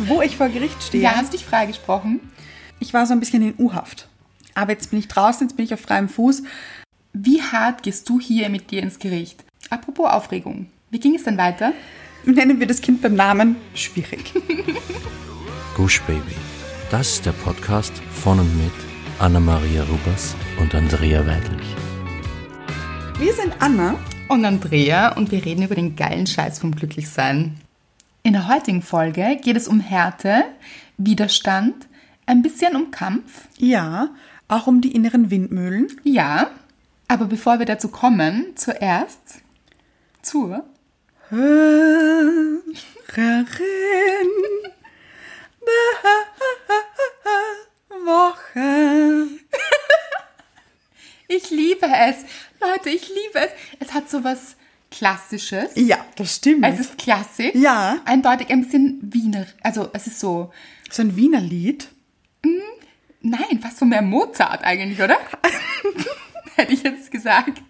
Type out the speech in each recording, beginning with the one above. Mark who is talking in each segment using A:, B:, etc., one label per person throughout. A: wo ich vor Gericht stehe.
B: Ja, hast dich freigesprochen.
A: Ich war so ein bisschen in U-Haft. Aber jetzt bin ich draußen, jetzt bin ich auf freiem Fuß.
B: Wie hart gehst du hier mit dir ins Gericht? Apropos Aufregung. Wie ging es denn weiter?
A: Nennen wir das Kind beim Namen schwierig.
C: Gush Baby. Das ist der Podcast von und mit Anna-Maria Rubers und Andrea Weidlich.
A: Wir sind Anna.
B: Und Andrea und wir reden über den geilen Scheiß vom Glücklichsein. In der heutigen Folge geht es um Härte, Widerstand, ein bisschen um Kampf.
A: Ja, auch um die inneren Windmühlen.
B: Ja, aber bevor wir dazu kommen, zuerst zur
A: Hörerin der Woche.
B: Ich liebe es. Leute, ich liebe es. Es hat so was Klassisches.
A: Ja, das stimmt.
B: Es ist klassisch.
A: Ja.
B: Eindeutig ein bisschen Wiener. Also, es ist so.
A: so ein Wiener Lied.
B: Nein, fast so mehr Mozart eigentlich, oder? Hätte ich jetzt gesagt.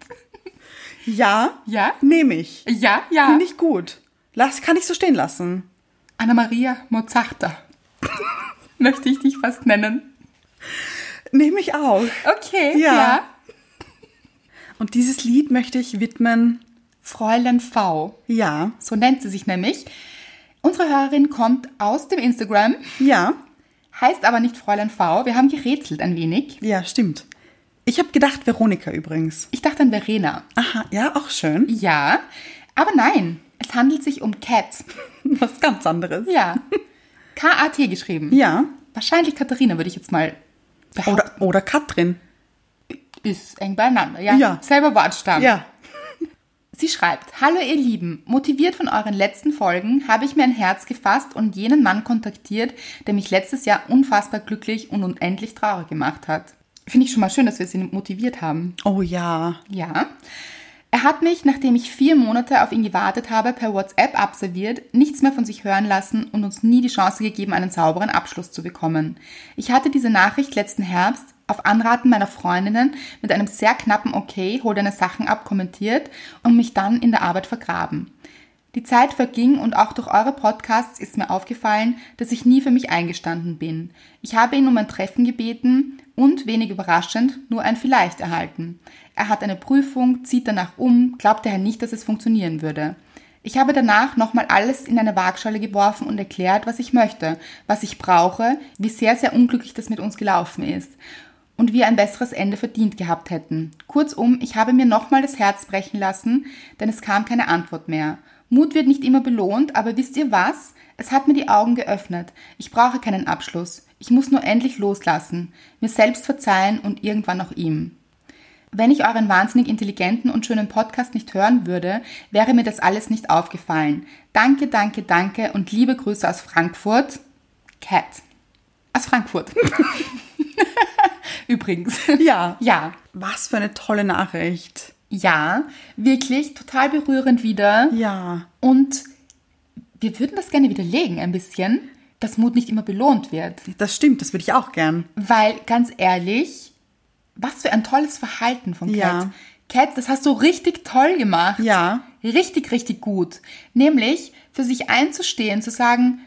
A: Ja.
B: Ja?
A: Nehme ich.
B: Ja, ja.
A: Finde ich gut. Lass, kann ich so stehen lassen.
B: Anna-Maria Mozarta. Möchte ich dich fast nennen.
A: Nehme ich auch.
B: Okay,
A: Ja.
B: ja.
A: Und dieses Lied möchte ich widmen.
B: Fräulein V.
A: Ja.
B: So nennt sie sich nämlich. Unsere Hörerin kommt aus dem Instagram,
A: Ja.
B: heißt aber nicht Fräulein V. Wir haben gerätselt ein wenig.
A: Ja, stimmt. Ich habe gedacht, Veronika übrigens.
B: Ich dachte an Verena.
A: Aha, ja, auch schön.
B: Ja, aber nein. Es handelt sich um Cat.
A: Was ganz anderes.
B: Ja. K-A-T geschrieben.
A: Ja.
B: Wahrscheinlich Katharina, würde ich jetzt mal behaupten.
A: Oder, oder Katrin.
B: Ist eng beieinander, ja.
A: Ja.
B: Selber Wortstamm.
A: Ja.
B: Sie schreibt, Hallo ihr Lieben, motiviert von euren letzten Folgen habe ich mir ein Herz gefasst und jenen Mann kontaktiert, der mich letztes Jahr unfassbar glücklich und unendlich traurig gemacht hat. Finde ich schon mal schön, dass wir sie motiviert haben.
A: Oh ja.
B: Ja. Er hat mich, nachdem ich vier Monate auf ihn gewartet habe, per WhatsApp abserviert, nichts mehr von sich hören lassen und uns nie die Chance gegeben, einen sauberen Abschluss zu bekommen. Ich hatte diese Nachricht letzten Herbst auf Anraten meiner Freundinnen mit einem sehr knappen Okay, hol deine Sachen ab, kommentiert und mich dann in der Arbeit vergraben. Die Zeit verging und auch durch eure Podcasts ist mir aufgefallen, dass ich nie für mich eingestanden bin. Ich habe ihn um ein Treffen gebeten und, wenig überraschend, nur ein Vielleicht erhalten. Er hat eine Prüfung, zieht danach um, glaubt daher nicht, dass es funktionieren würde. Ich habe danach nochmal alles in eine Waagschale geworfen und erklärt, was ich möchte, was ich brauche, wie sehr, sehr unglücklich das mit uns gelaufen ist und wir ein besseres Ende verdient gehabt hätten. Kurzum, ich habe mir nochmal das Herz brechen lassen, denn es kam keine Antwort mehr. Mut wird nicht immer belohnt, aber wisst ihr was? Es hat mir die Augen geöffnet. Ich brauche keinen Abschluss. Ich muss nur endlich loslassen, mir selbst verzeihen und irgendwann auch ihm. Wenn ich euren wahnsinnig intelligenten und schönen Podcast nicht hören würde, wäre mir das alles nicht aufgefallen. Danke, danke, danke und liebe Grüße aus Frankfurt. Cat. Aus Frankfurt. Übrigens.
A: Ja.
B: Ja.
A: Was für eine tolle Nachricht.
B: Ja, wirklich total berührend wieder.
A: Ja.
B: Und wir würden das gerne widerlegen ein bisschen, dass Mut nicht immer belohnt wird.
A: Das stimmt, das würde ich auch gern.
B: Weil, ganz ehrlich, was für ein tolles Verhalten von Cat.
A: Ja.
B: Cat, das hast du richtig toll gemacht.
A: Ja.
B: Richtig, richtig gut. Nämlich für sich einzustehen, zu sagen,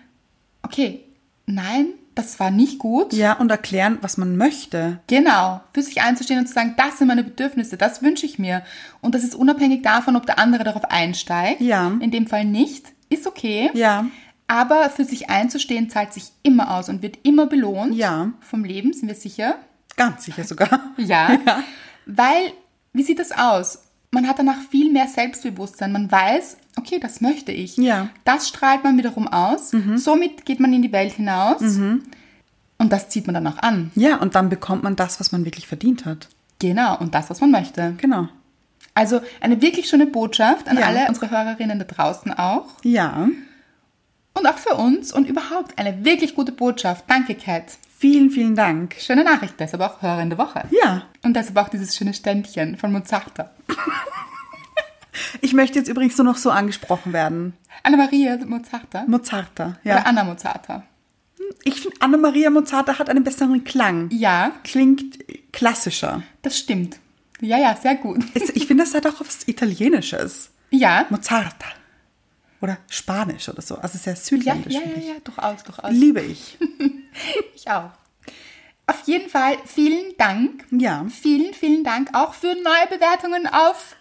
B: okay, nein, das war nicht gut.
A: Ja, und erklären, was man möchte.
B: Genau, für sich einzustehen und zu sagen, das sind meine Bedürfnisse, das wünsche ich mir. Und das ist unabhängig davon, ob der andere darauf einsteigt.
A: Ja.
B: In dem Fall nicht, ist okay.
A: Ja.
B: Aber für sich einzustehen zahlt sich immer aus und wird immer belohnt.
A: Ja.
B: Vom Leben, sind wir sicher.
A: Ganz sicher sogar.
B: Ja. Weil, wie sieht das aus? Man hat danach viel mehr Selbstbewusstsein. Man weiß, okay, das möchte ich.
A: Ja. Mhm.
B: Das strahlt man wiederum aus. Somit geht man in die Welt hinaus. Und das zieht man dann auch an.
A: Ja, und dann bekommt man das, was man wirklich verdient hat.
B: Genau, und das, was man möchte.
A: Genau.
B: Also eine wirklich schöne Botschaft an
A: Ja.
B: alle unsere Hörerinnen da draußen auch.
A: Ja.
B: Und auch für uns und überhaupt eine wirklich gute Botschaft. Danke, Kat.
A: Vielen, vielen Dank.
B: Schöne Nachricht, deshalb auch Hörerin der Woche.
A: Ja.
B: Und deshalb auch dieses schöne Ständchen von Mozarta.
A: Ich möchte jetzt übrigens nur noch so angesprochen werden.
B: Anna-Maria Mozarta.
A: Mozarta.
B: Oder
A: Ja.
B: Anna Mozarta.
A: Ich finde, Anna-Maria Mozarta hat einen besseren Klang.
B: Ja,
A: Klingt klassischer.
B: das stimmt. Ja, ja, sehr gut.
A: Es- Ich finde, das hat auch was Italienisches.
B: Ja,
A: Mozarta. Oder Spanisch oder so. Also sehr
B: Ja,
A: südländisch.
B: ja,
A: finde
B: ja,
A: ich.
B: ja, durchaus, durchaus.
A: Liebe ich.
B: Ich auch. Auf jeden Fall vielen Dank.
A: Ja.
B: Vielen, vielen Dank auch für neue Bewertungen auf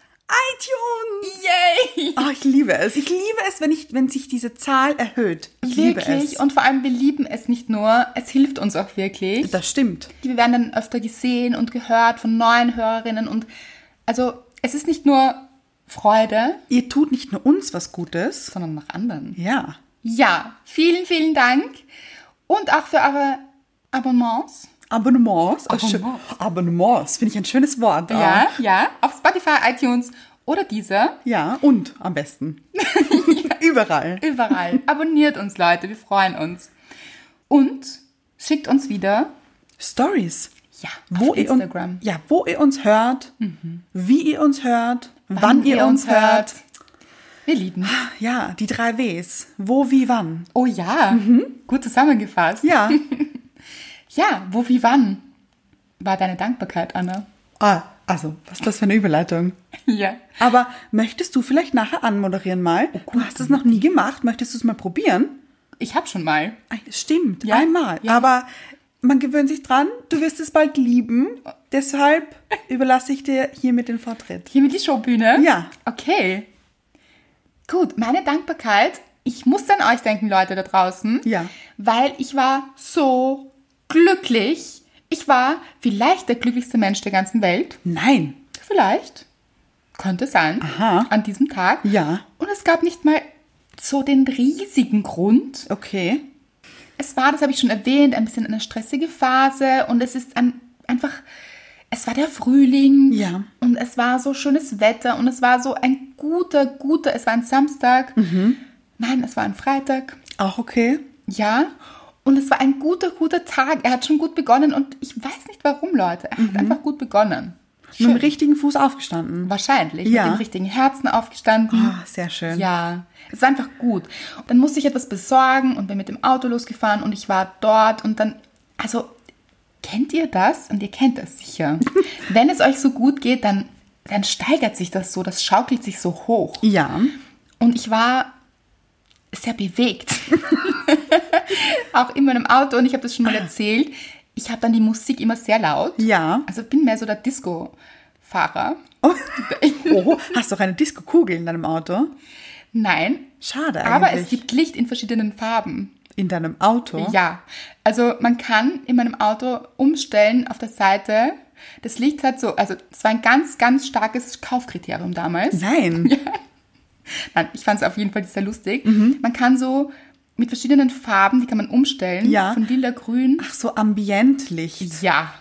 A: iTunes!
B: Yay!
A: Oh, ich liebe es. Ich liebe es, wenn, ich, wenn sich diese Zahl erhöht. Ich liebe
B: Wirklich.
A: es.
B: Und vor allem, wir lieben es nicht nur, es hilft uns auch wirklich.
A: das stimmt.
B: Wir werden dann öfter gesehen und gehört von neuen Hörerinnen und also es ist nicht nur Freude,
A: Ihr tut nicht nur uns was Gutes.
B: sondern auch anderen.
A: Ja.
B: Ja, vielen, vielen Dank und auch für eure Abonnements.
A: Abonnements. Oh, schön.
B: Abonnements.
A: Abonnements. Finde ich ein schönes Wort. auch.
B: Ja, ja, auf Spotify, iTunes oder dieser.
A: Ja, und am besten. Überall.
B: Überall. Abonniert uns, Leute, wir freuen uns. Und schickt uns wieder,
A: Stories.
B: ja,
A: Wo
B: auf
A: ihr uns,
B: Instagram.
A: ja, wo ihr uns hört, wie ihr uns hört, Mhm. wann, ihr uns hört. Ah,
B: Wir lieben.
A: Ja, die drei Ws. Wo, wie, wann.
B: Oh ja, gut zusammengefasst.
A: Mhm. Ja.
B: Ja, wo, wie, wann war deine Dankbarkeit, Anna?
A: ah, also, was ist das für eine Überleitung?
B: Ja.
A: Aber möchtest du vielleicht nachher anmoderieren mal? du hast es noch nie gemacht. Möchtest du es mal probieren?
B: Ich hab schon mal.
A: Ah, Stimmt,
B: Ja,
A: einmal.
B: ja.
A: Aber man gewöhnt sich dran. Du wirst es bald lieben. Deshalb überlasse ich dir hiermit den Vortritt.
B: Hier mit die Showbühne?
A: Ja.
B: Okay. Gut, meine Dankbarkeit, ich muss an euch denken, Leute da draußen.
A: Ja.
B: Weil ich war so glücklich. Ich war vielleicht der glücklichste Mensch der ganzen Welt.
A: Nein.
B: Vielleicht. Könnte sein.
A: Aha.
B: An diesem Tag.
A: Ja.
B: Und es gab nicht mal so den riesigen Grund.
A: Okay.
B: Es war, das habe ich schon erwähnt, ein bisschen eine stressige Phase und es ist ein, einfach, es war der Frühling
A: Ja.
B: und es war so schönes Wetter und es war so ein guter, guter, es war ein Samstag, nein, es war ein Freitag,
A: Auch okay.
B: ja, und es war ein guter, guter Tag. Er hat schon gut begonnen und ich weiß nicht warum, Leute, er hat einfach gut begonnen.
A: Mit dem richtigen Fuß aufgestanden.
B: Wahrscheinlich,
A: Ja.
B: mit dem richtigen Herzen aufgestanden.
A: Ah, sehr schön.
B: Ja, es war einfach gut. Dann musste ich etwas besorgen und bin mit dem Auto losgefahren und ich war dort und dann, also kennt ihr das? Und ihr kennt das sicher. Wenn es euch so gut geht, dann, dann steigert sich das so, das schaukelt sich so hoch.
A: Ja.
B: Und ich war sehr bewegt. Auch in meinem Auto und ich habe das schon mal erzählt. Ich habe dann die Musik immer sehr laut.
A: Ja.
B: Also bin mehr so der Disco-Fahrer.
A: Oh, hast du auch eine Disco-Kugel in deinem Auto?
B: Nein,
A: Schade eigentlich.
B: aber es gibt Licht in verschiedenen Farben.
A: in deinem Auto?
B: Ja, also man kann in meinem Auto umstellen auf der Seite. Das Licht hat so, also es war ein ganz, ganz starkes Kaufkriterium damals.
A: Nein.
B: Nein, ich fand es auf jeden Fall sehr lustig.
A: Mhm.
B: Man kann so mit verschiedenen Farben, die kann man umstellen.
A: Ja.
B: Von lila, grün.
A: Ach so, Ambientlicht.
B: Ja.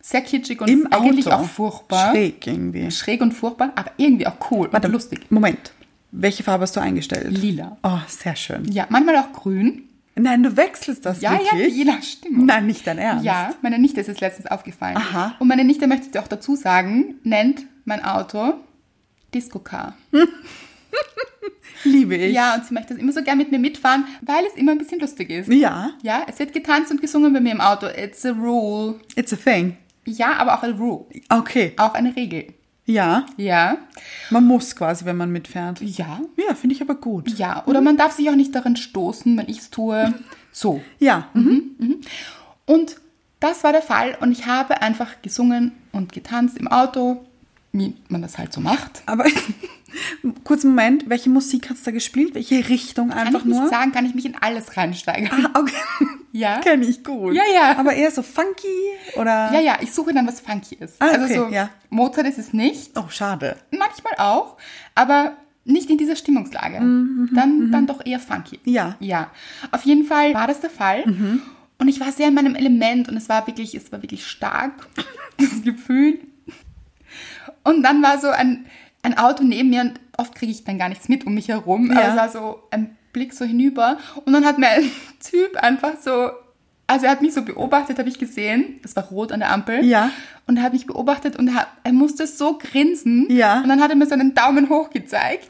B: Sehr kitschig und
A: Im
B: eigentlich
A: Auto.
B: auch furchtbar.
A: Schräg irgendwie.
B: Schräg und furchtbar, aber irgendwie auch cool
A: Warte,
B: und lustig.
A: Moment. Welche Farbe hast du eingestellt?
B: Lila.
A: Oh, sehr schön.
B: Ja, manchmal auch grün.
A: Nein, du wechselst das
B: Ja, ja,
A: wirklich?
B: je nach Stimmung.
A: Nein, nicht dein Ernst.
B: Ja, meiner Nichte ist es letztens aufgefallen.
A: Aha.
B: Und meine Nichte möchte ich auch dazu sagen, nennt mein Auto Disco Car.
A: Liebe ich.
B: Ja, und sie möchte immer so gern mit mir mitfahren, weil es immer ein bisschen lustig ist.
A: Ja,
B: Ja, es wird getanzt und gesungen bei mir im Auto. It's a rule.
A: it's a thing.
B: Ja, aber auch a rule.
A: Okay.
B: Auch eine Regel.
A: Ja,
B: Ja.
A: man muss quasi, wenn man mitfährt.
B: Ja.
A: Ja, finde ich aber gut.
B: Ja. Oder man darf sich auch nicht darin stoßen, wenn ich es tue. So.
A: Ja, mhm.
B: Und das war der Fall und ich habe einfach gesungen und getanzt im Auto, wie man das halt so macht.
A: aber kurz Moment, welche Musik hast du da gespielt? Welche Richtung
B: Kann
A: einfach
B: ich nicht
A: nur?
B: sagen, kann ich mich in alles reinsteigern.
A: Ah, okay.
B: Ja.
A: Kenne ich gut.
B: Ja, ja.
A: Aber eher so funky oder.
B: Ja, ja, ich suche dann, was funky ist.
A: Ah, okay,
B: also so
A: ja.
B: Mozart ist es nicht,
A: Oh, schade.
B: manchmal auch, aber nicht in dieser Stimmungslage. Dann, dann doch eher funky.
A: Mhm, Ja. Mhm.
B: Ja. Auf jeden Fall war das der Fall. Und ich war sehr in meinem Element und es war wirklich, es war wirklich stark, das Gefühl. Und dann war so ein, ein Auto neben mir und oft kriege ich dann gar nichts mit um mich herum.
A: Ja.
B: Aber es war so ein Blick so hinüber und dann hat mir ein Typ einfach so, also er hat mich so beobachtet, habe ich gesehen. Es war rot an der Ampel.
A: Ja.
B: Und er hat mich beobachtet und er, er musste so grinsen.
A: Ja.
B: Und dann hat er mir seinen Daumen hoch gezeigt.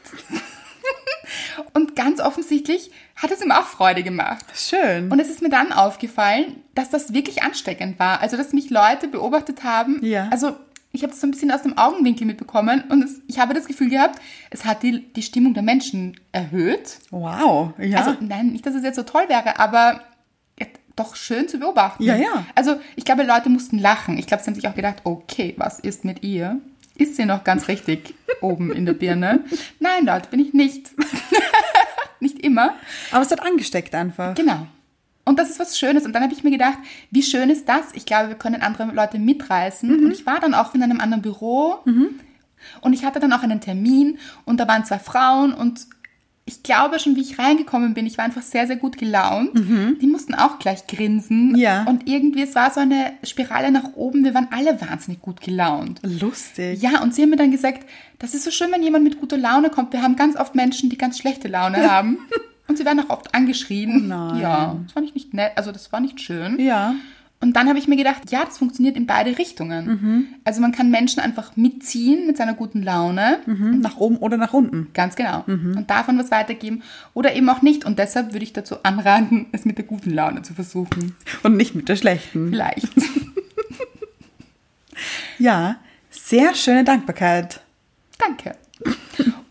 B: und ganz offensichtlich hat es ihm auch Freude gemacht.
A: Schön.
B: Und es ist mir dann aufgefallen, dass das wirklich ansteckend war. Also, dass mich Leute beobachtet haben.
A: Ja.
B: Also, ich habe das so ein bisschen aus dem Augenwinkel mitbekommen und es, ich habe das Gefühl gehabt, es hat die, die Stimmung der Menschen erhöht.
A: Wow, ja.
B: Also nein, nicht, dass es jetzt so toll wäre, aber ja, doch schön zu beobachten.
A: Ja, ja.
B: Also ich glaube, Leute mussten lachen. Ich glaube, sie haben sich auch gedacht, okay, was ist mit ihr? Ist sie noch ganz richtig oben in der Birne? Nein, Leute, bin ich nicht. nicht immer.
A: Aber es hat angesteckt einfach.
B: Genau. Und das ist was Schönes. Und dann habe ich mir gedacht, wie schön ist das? Ich glaube, wir können andere Leute mitreißen. Und ich war dann auch in einem anderen Büro. Und ich hatte dann auch einen Termin. Und da waren zwei Frauen. Und ich glaube schon, wie ich reingekommen bin, ich war einfach sehr, sehr gut gelaunt. Die mussten auch gleich grinsen.
A: Ja.
B: Und irgendwie, es war so eine Spirale nach oben. Wir waren alle wahnsinnig gut gelaunt.
A: Lustig.
B: Ja, und sie haben mir dann gesagt, das ist so schön, wenn jemand mit guter Laune kommt. Wir haben ganz oft Menschen, die ganz schlechte Laune haben. Und sie werden auch oft angeschrien.
A: Oh nein.
B: Ja, das fand ich nicht nett. Also das war nicht schön.
A: Ja.
B: Und dann habe ich mir gedacht, ja, das funktioniert in beide Richtungen.
A: Mhm.
B: Also man kann Menschen einfach mitziehen mit seiner guten Laune.
A: Mhm. Nach oben oder nach unten.
B: Ganz genau. Und davon was weitergeben oder eben auch nicht. Und deshalb würde ich dazu anraten, es mit der guten Laune zu versuchen.
A: Und nicht mit der schlechten.
B: Vielleicht.
A: Ja. Sehr schöne Dankbarkeit.
B: Danke.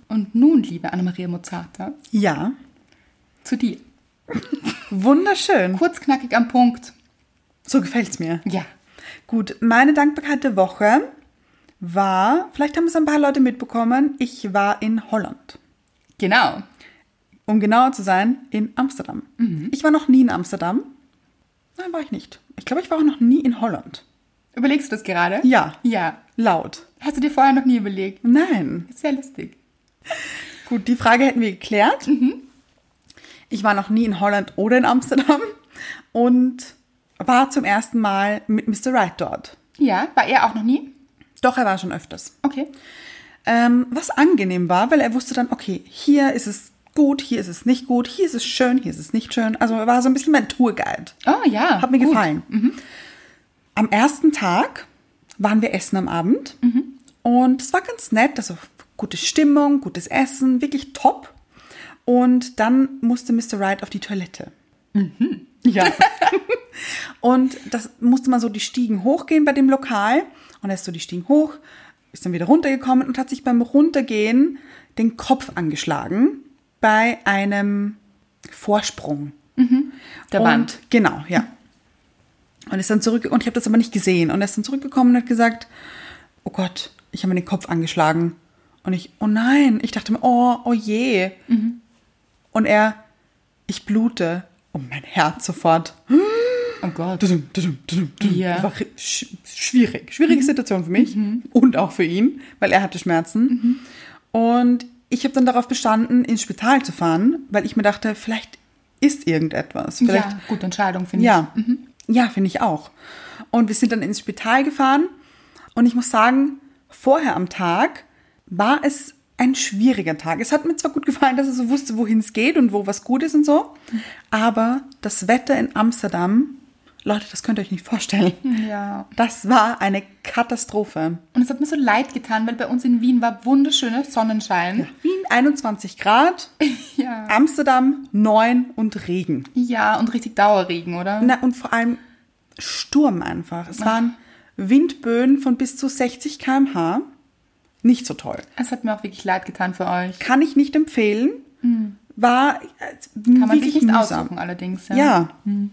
B: Und nun, liebe Annemaria Mozarta,
A: Ja.
B: zu dir.
A: Wunderschön.
B: Kurz, knackig am Punkt.
A: So gefällt's mir.
B: Ja.
A: Gut, meine Dankbarkeit der Woche war, vielleicht haben es ein paar Leute mitbekommen, ich war in Holland.
B: Genau.
A: Um genauer zu sein, in Amsterdam. Ich war noch nie in Amsterdam. Nein, war ich nicht. Ich glaube, ich war auch noch nie in Holland.
B: Überlegst du das gerade?
A: Ja.
B: Ja.
A: Laut.
B: Hast du dir vorher noch nie überlegt?
A: Nein.
B: Ist sehr lustig.
A: Gut, die Frage hätten wir geklärt. Ich war noch nie in Holland oder in Amsterdam und war zum ersten Mal mit Mr. Right dort.
B: Ja, war er auch noch nie?
A: Doch, er war schon öfters.
B: Okay.
A: Ähm, was angenehm war, weil er wusste dann, okay, hier ist es gut, hier ist es nicht gut, hier ist es schön, hier ist es nicht schön. Also er war so ein bisschen mein Tourguide.
B: Oh ja.
A: Hat mir
B: gut.
A: gefallen. Am ersten Tag waren wir essen am Abend und es war ganz nett, also gute Stimmung, gutes Essen, wirklich top. Und dann musste Mr. Wright auf die Toilette. Ja. und das musste man so die Stiegen hochgehen bei dem Lokal. Und er ist so die Stiegen hoch, ist dann wieder runtergekommen und hat sich beim Runtergehen den Kopf angeschlagen bei einem Vorsprung.
B: Der
A: und,
B: Wand.
A: Genau, ja. Und ist dann zurück und ich habe das aber nicht gesehen. Und er ist dann zurückgekommen und hat gesagt, oh Gott, ich habe mir den Kopf angeschlagen. Und ich, oh nein, ich dachte mir, oh, oh je.
B: Mhm.
A: Und er, ich blute. Und mein Herz sofort.
B: Oh Gott.
A: Tudum, tudum, tudum, tudum.
B: Ja. Mhm.
A: Das war ri- sch schwierig. Schwierige Situation für mich und auch für ihn, weil er hatte Schmerzen.
B: Mhm.
A: Und ich habe dann darauf bestanden, ins Spital zu fahren, weil ich mir dachte, vielleicht ist irgendetwas. Vielleicht
B: ja, gute Entscheidung, finde
A: ja, Mhm. ja finde ich auch. Und wir sind dann ins Spital gefahren und ich muss sagen, vorher am Tag war es ein schwieriger Tag. Es hat mir zwar gut gefallen, dass ich so wusste, wohin es geht und wo was gut ist und so, aber das Wetter in Amsterdam, Leute, das könnt ihr euch nicht vorstellen.
B: ich. Ja.
A: Das war eine Katastrophe.
B: Und es hat mir so leid getan, weil bei uns in Wien war wunderschöner Sonnenschein.
A: Wien 21 Grad,
B: Ja. Ja,
A: Amsterdam 9 und Regen.
B: und richtig Dauerregen, oder?
A: Na, und vor allem Sturm einfach. Es waren Windböen von bis zu 60 km/h. Nicht so toll.
B: Es hat mir auch wirklich leid getan für euch.
A: Kann ich nicht empfehlen. War äh,
B: Hm. Kann man
A: wirklich
B: sich nicht
A: mühsam.
B: aussuchen, allerdings.
A: Ja.
B: Hm.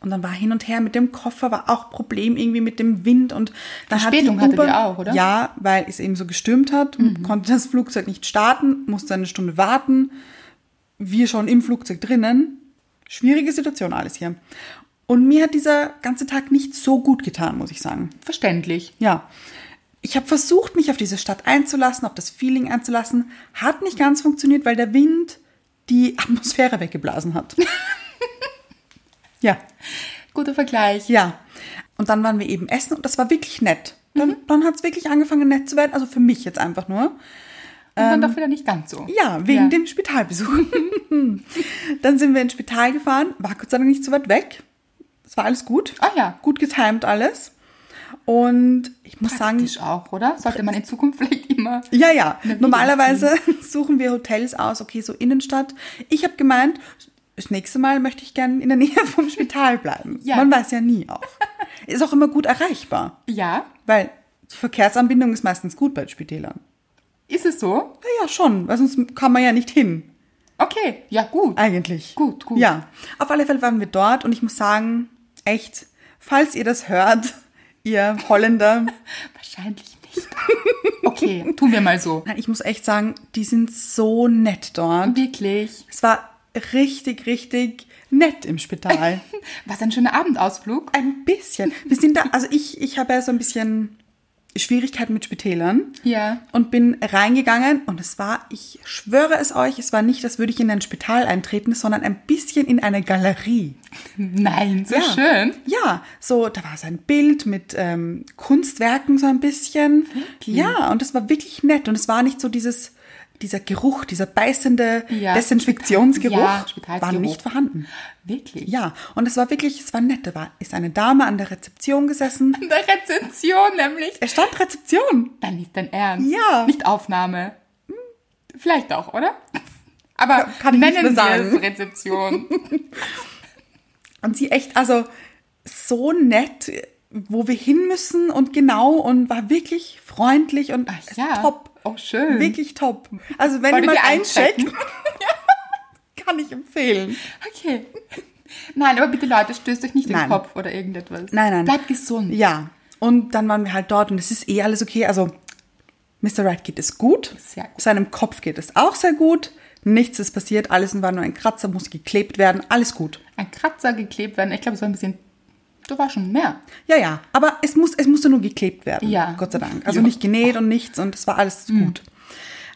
A: Und dann war hin und her mit dem Koffer, war auch Problem irgendwie mit dem Wind und dann
B: Verspätung
A: hat die
B: hattet
A: U-Bahn-
B: ihr auch, oder? Mhm.
A: Ja, weil es eben so gestürmt hat, konnte das Flugzeug nicht starten, musste eine Stunde warten. Wir schon im Flugzeug drinnen. Schwierige Situation alles hier. Und mir hat dieser ganze Tag nicht so gut getan, muss ich sagen.
B: Verständlich.
A: Ja. Ich habe versucht, mich auf diese Stadt einzulassen, auf das Feeling einzulassen. Hat nicht ganz funktioniert, weil der Wind die Atmosphäre weggeblasen hat. ja,
B: Guter Vergleich.
A: ja. Und dann waren wir eben essen und das war wirklich nett. Dann,
B: Mhm.
A: dann hat es wirklich angefangen, nett zu werden. Also für mich jetzt einfach nur.
B: Und dann doch wieder nicht ganz so.
A: Ja, wegen
B: Ja.
A: dem Spitalbesuch. dann sind wir ins Spital gefahren, war Gott sei Dank nicht so weit weg. Es war alles gut.
B: Ah ja.
A: Gut getimt alles. Und ich muss sagen,
B: Praktisch auch, oder? Sollte man in Zukunft vielleicht immer.
A: Ja, ja.
B: Eine
A: Normalerweise suchen wir Hotels aus, okay, so Innenstadt. Ich habe gemeint, das nächste Mal möchte ich gerne in der Nähe vom Spital bleiben.
B: Ja.
A: Man weiß ja nie auch. Ist auch immer gut erreichbar,
B: Ja.
A: weil Die Verkehrsanbindung ist meistens gut bei Spitälern.
B: Ist es so?
A: Ja, ja, schon, weil sonst kann man ja nicht hin,
B: Okay, ja
A: Äh.
B: gut.
A: eigentlich.
B: Gut, gut.
A: Ja, auf alle Fälle waren wir dort und ich muss sagen, echt, falls ihr das hört, ihr Holländer,
B: Wahrscheinlich nicht. Okay, tun wir mal so.
A: nein, ich muss echt sagen, die sind so nett dort.
B: Wirklich.
A: Es war richtig, richtig nett im Spital.
B: Was ein schöner Abendausflug.
A: Ein bisschen. Wir sind da, also ich, ich habe ja so ein bisschen Schwierigkeiten mit Spitälern.
B: Ja.
A: Und bin reingegangen und es war, ich schwöre es euch, es war nicht, als würde ich in ein Spital eintreten, sondern ein bisschen in eine Galerie.
B: Nein, so schön.
A: Ja, so, da war so ein Bild mit ähm, Kunstwerken so ein bisschen. Ja, und das war wirklich nett. Und es war nicht so dieses, dieser Geruch, dieser beißende
B: Ja.
A: Desinfektionsgeruch
B: Ja,
A: war
B: Spitalsgeruch.
A: nicht vorhanden.
B: Wirklich.
A: Ja, und es war wirklich, es war nett. Da war, ist eine Dame an der Rezeption gesessen.
B: In der Rezension nämlich.
A: Es stand Rezeption.
B: Dann nicht dein Ernst.
A: Ja.
B: Nicht Aufnahme. Vielleicht auch, oder? Aber
A: kann ich nicht
B: nennen
A: mehr
B: wir
A: sagen.
B: es Rezeption.
A: Und sie echt, also so nett, wo wir hin müssen und genau und war wirklich freundlich und
B: Ach ja.
A: top.
B: Oh, schön.
A: Wirklich top. Also wenn
B: Wollen
A: ihr mal
B: wir
A: eincheckt,
B: einchecken?
A: kann ich empfehlen.
B: Okay. Nein, aber bitte Leute, stößt euch nicht
A: Nein.
B: den Kopf oder irgendetwas.
A: Nein, nein.
B: Bleibt gesund.
A: Ja. Und dann waren wir halt dort und es ist eh alles okay. Also Mr. Wright geht es gut.
B: Sehr gut.
A: Seinem Kopf geht es auch sehr gut. Nichts ist passiert. Alles war nur ein Kratzer, muss geklebt werden. Alles gut.
B: Ein Kratzer geklebt werden. Ich glaube, es war ein bisschen. Da war schon mehr.
A: Ja, ja. Aber es, muss, es musste nur geklebt werden.
B: Ja.
A: Gott sei Dank. Also
B: Ja. Hm.
A: nicht genäht und nichts und es war alles gut.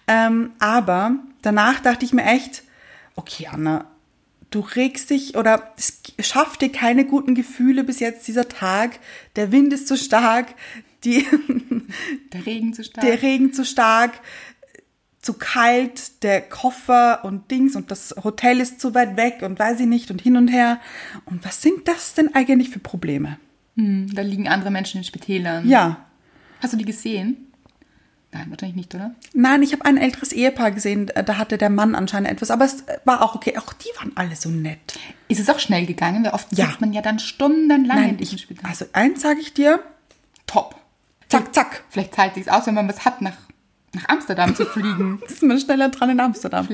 A: Ähm, aber danach dachte ich mir echt, okay, Anna, du regst dich oder es g- schafft dir keine guten Gefühle bis jetzt dieser Tag. Der Wind ist zu stark. Die,
B: Der Regen zu stark.
A: der Regen zu stark, zu kalt, der Koffer und Dings und das Hotel ist zu weit weg und weiß ich nicht und hin und her. Und was sind das denn eigentlich für Probleme?
B: Hm, da liegen andere Menschen in Spitälern.
A: Ja,
B: Hast du die gesehen? Nein, wahrscheinlich nicht, oder?
A: nein, ich habe ein älteres Ehepaar gesehen, äh, da hatte der Mann anscheinend etwas, aber es äh, war auch okay. Auch die waren alle so nett.
B: Ist es auch schnell gegangen? Weil oft
A: Ja.
B: sitzt man ja dann stundenlang in
A: Nein,
B: diesem
A: ich,
B: Spital. Ah,
A: also eins sage ich dir,
B: Top.
A: zack, zack,
B: Vielleicht zahlt sich's aus, wenn man was hat, nach, nach Amsterdam zu fliegen.
A: ist man schneller dran in Amsterdam.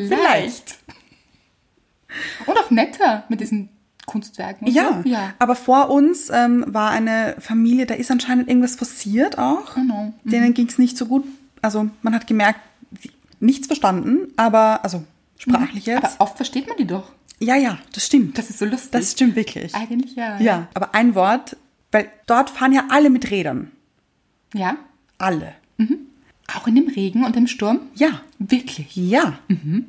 B: Und auch netter mit diesen Kunstwerken. Und
A: Ja,
B: So. Ja.
A: aber vor uns ähm, war eine Familie, da ist anscheinend irgendwas passiert auch.
B: Oh no. Mhm.
A: Denen ging's nicht so gut. Also man hat gemerkt, die- nichts verstlichen, aber also sprachlich
B: Mhm. Aber
A: jetzt.
B: oft versteht man die doch.
A: ja, ja, das stimmt.
B: Das ist so lustig.
A: Das stimmt wirklich.
B: Eigentlich ja.
A: Ja, aber ein Wort, weil dort fahren ja alle mit Rädern.
B: Ja.
A: Alle.
B: Auch in dem Regen und im Sturm?
A: Ja,
B: Wirklich.
A: ja.
B: Mhm.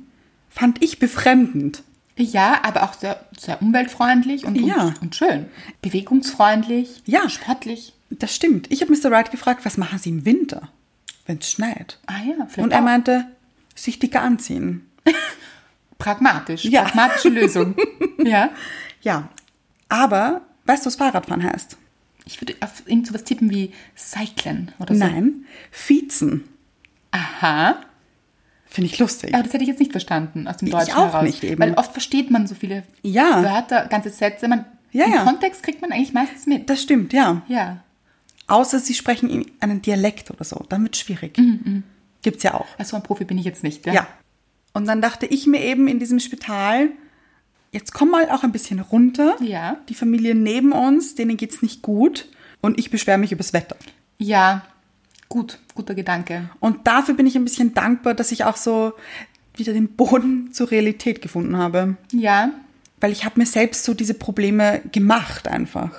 A: Fand ich befremdend.
B: Ja, aber auch sehr, sehr umweltfreundlich und,
A: Ja.
B: und, und schön. Bewegungsfreundlich.
A: Ja.
B: Sportlich.
A: Das stimmt. Ich habe Mr. Wright gefragt, was machen Sie im Winter, wenn es schneit?
B: Ah ja, vielleicht
A: Und er
B: auch.
A: meinte, sich dicker anziehen.
B: Pragmatisch.
A: Ja.
B: Pragmatische Lösung. ja.
A: Ja, aber weißt du, was Fahrradfahren heißt?
B: Ich würde auf irgend sowas tippen wie Cyclen oder so.
A: Nein, Fiezen.
B: Aha.
A: Finde ich lustig.
B: Aber das hätte ich jetzt nicht verstanden aus dem
A: Ich
B: Deutschen
A: auch
B: heraus.
A: nicht eben.
B: Weil oft versteht man so viele
A: Ja.
B: Wörter, ganze Sätze. Man,
A: Ja,
B: Im
A: ja.
B: Kontext kriegt man eigentlich meistens mit.
A: Das stimmt, ja.
B: Ja.
A: Außer sie sprechen in- einen Dialekt oder so. Dann wird schwierig. Gibt's ja auch.
B: Also ein Profi bin ich jetzt nicht.
A: Ja. Und dann dachte ich mir eben in diesem Spital, jetzt komm mal auch ein bisschen runter.
B: Ja.
A: Die Familie neben uns, denen geht's nicht gut. Und ich beschwere mich übers Wetter.
B: Ja. Gut, guter Gedanke.
A: Und dafür bin ich ein bisschen dankbar, dass ich auch so wieder den Boden zur Realität gefunden habe.
B: Ja.
A: Weil ich habe mir selbst so diese Probleme gemacht einfach.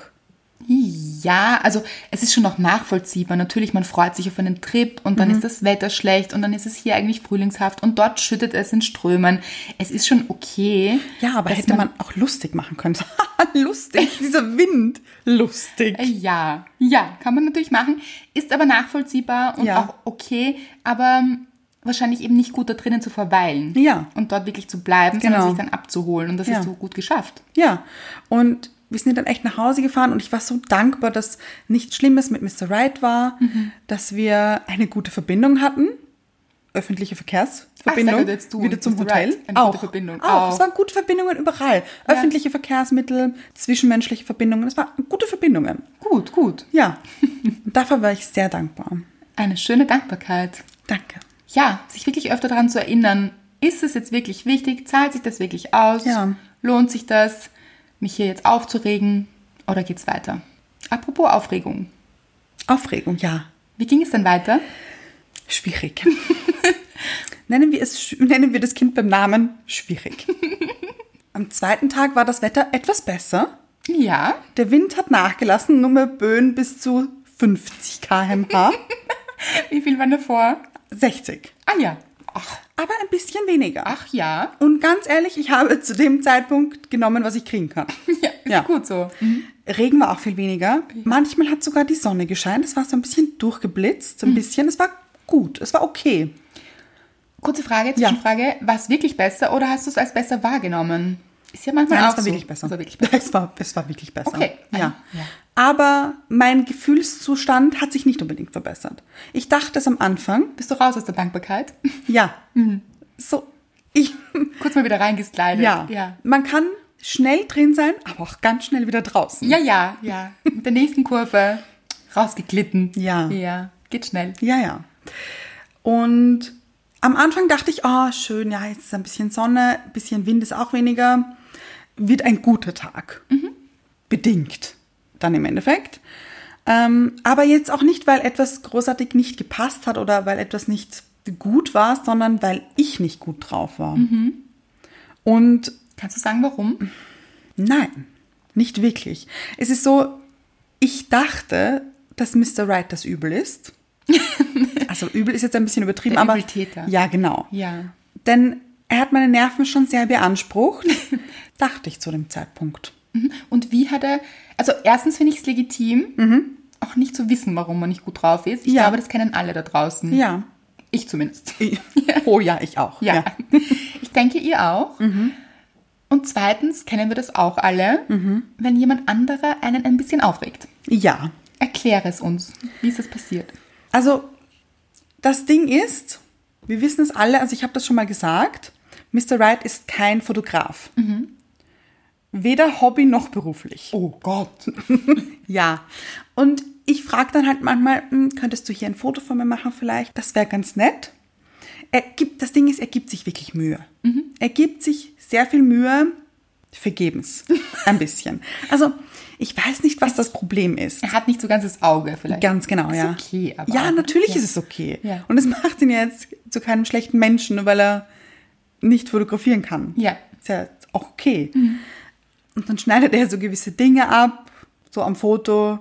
B: Ja, also es ist schon noch nachvollziehbar. Natürlich, man freut sich auf einen Trip und
A: Mhm.
B: dann ist das Wetter schlecht und dann ist es hier eigentlich frühlingshaft und dort schüttet es in Strömen. Es ist schon okay.
A: Ja, aber
B: dass
A: hätte man, auch lustig machen können. So, lustig, dieser Wind. Lustig.
B: Äh, Ja, ja, kann man natürlich machen. Ist aber nachvollziehbar und
A: Ja.
B: auch okay, aber ähm, wahrscheinlich eben nicht gut da drinnen zu verweilen.
A: Ja.
B: Und dort wirklich zu bleiben,
A: Genau.
B: sondern sich dann abzuholen. Und das
A: Ja.
B: hast du gut geschafft.
A: Ja, und wir sind ja dann echt nach Hause gefahren und ich war so dankbar, dass
B: Mhm.
A: nichts Schlimmes mit Mr. Wright war, dass wir eine gute Verbindung hatten. öffentliche
B: Ach,
A: Verkehrsverbindung
B: sag jetzt du,
A: wieder
B: du
A: zum
B: bist
A: Hotel.
B: right. Eine gute Verbindung.
A: Auch.
B: Auch.
A: Es waren gute Verbindungen überall. Öffentliche Verkehrsmittel, zwischenmenschliche Verbindungen. Es waren gute Verbindungen.
B: Gut, gut.
A: Ja. Und dafür war ich sehr dankbar.
B: Eine schöne Dankbarkeit.
A: Danke.
B: Ja, sich wirklich öfter daran zu erinnern, ist es jetzt wirklich wichtig? Zahlt sich das wirklich aus?
A: Ja.
B: Lohnt sich das, mich hier jetzt aufzuregen? Oder geht's weiter? Apropos Aufregung.
A: Aufregung, ja.
B: Wie ging es denn weiter?
A: Schwierig. nennen, wir es, sch- nennen wir das Kind beim Namen schwierig. Am zweiten Tag war das Wetter etwas besser.
B: Ja,
A: Der Wind hat nachgelassen, nur mehr Böen bis zu 50 km/h.
B: wie viel waren davor?
A: 60.
B: Ah ja. Ach,
A: Aber ein bisschen weniger.
B: ach ja.
A: Und ganz ehrlich, ich habe zu dem Zeitpunkt genommen, was ich kriegen kann.
B: Ja, ist
A: Ja. Mhm.
B: gut so.
A: Regen war auch viel weniger. Manchmal hat sogar die Sonne gescheint. Es war so ein bisschen durchgeblitzt, so ein bisschen. Es war gut, es war okay.
B: Kurze Frage,
A: Ja.
B: Zwischenfrage. War es wirklich besser oder hast du es als besser wahrgenommen? Ist ja manchmal
A: Nein,
B: auch
A: es war
B: so.
A: wirklich besser.
B: Es war wirklich besser.
A: Es war, es war wirklich besser.
B: Okay.
A: Ja.
B: Ja.
A: Aber mein Gefühlszustand hat sich nicht unbedingt verbessert. Ich dachte es am Anfang,
B: Bist du raus aus der Dankbarkeit?
A: ja.
B: Mhm.
A: So, ich,
B: Kurz mal wieder reingeslidet.
A: ja.
B: Ja,
A: Man kann schnell drin sein, aber auch ganz schnell wieder draußen.
B: ja, ja. ja. Mit der nächsten Kurve rausgeglitten.
A: Ja.
B: Ja, geht schnell.
A: Ja, ja. Und am Anfang dachte ich, oh, schön, ja, jetzt ist ein bisschen Sonne, ein bisschen Wind ist auch weniger. Wird ein guter Tag. Bedingt dann im Endeffekt. Ähm, aber jetzt auch nicht, weil etwas großartig nicht gepasst hat oder weil etwas nicht gut war, sondern weil ich nicht gut drauf war. Und
B: Kannst du sagen, warum?
A: Nein, nicht wirklich. Es ist so, ich dachte, dass Mr. Right das Übel ist. Also übel ist jetzt ein bisschen übertrieben,
B: Der
A: aber
B: Übeltäter.
A: ja, genau.
B: Ja.
A: Denn er hat meine Nerven schon sehr beansprucht, dachte ich zu dem Zeitpunkt.
B: Mhm. Und wie hat er, also erstens finde ich es legitim, auch nicht zu wissen, warum man nicht gut drauf ist. Ich
A: Mhm. Ja.
B: glaube, das kennen alle da draußen.
A: Ja.
B: Ich zumindest.
A: Ich- Oh ja, Mhm. ich auch.
B: Ja. Ich denke, ihr auch. Und zweitens kennen wir das auch alle,
A: Mhm.
B: wenn jemand anderer einen ein bisschen aufregt.
A: ja.
B: Erkläre es uns. Wie ist das passiert?
A: Also, das Ding ist, wir wissen es alle, also ich habe das schon mal gesagt, Mr. Right ist kein Fotograf.
B: Mhm.
A: Weder Hobby noch beruflich.
B: Oh Gott.
A: Ja. Und ich frage dann halt manchmal, "Hm, könntest du hier ein Foto von mir machen vielleicht? Das wäre ganz nett. Er gibt, das Ding ist, er gibt sich wirklich Mühe. Er gibt sich sehr viel Mühe, vergebens. Ein bisschen. Also, ich weiß nicht, was das Problem ist.
B: Er hat nicht so ganz das Auge vielleicht.
A: Ganz genau,
B: ist
A: ja.
B: okay, aber
A: ja,
B: auch-
A: natürlich
B: ja.
A: ist es okay.
B: Ja.
A: Und es macht ihn ja jetzt zu keinem schlechten Menschen, nur weil er nicht fotografieren kann.
B: Ja. Mhm.
A: Ist ja auch okay. Und dann schneidet er so gewisse Dinge ab, so am Foto.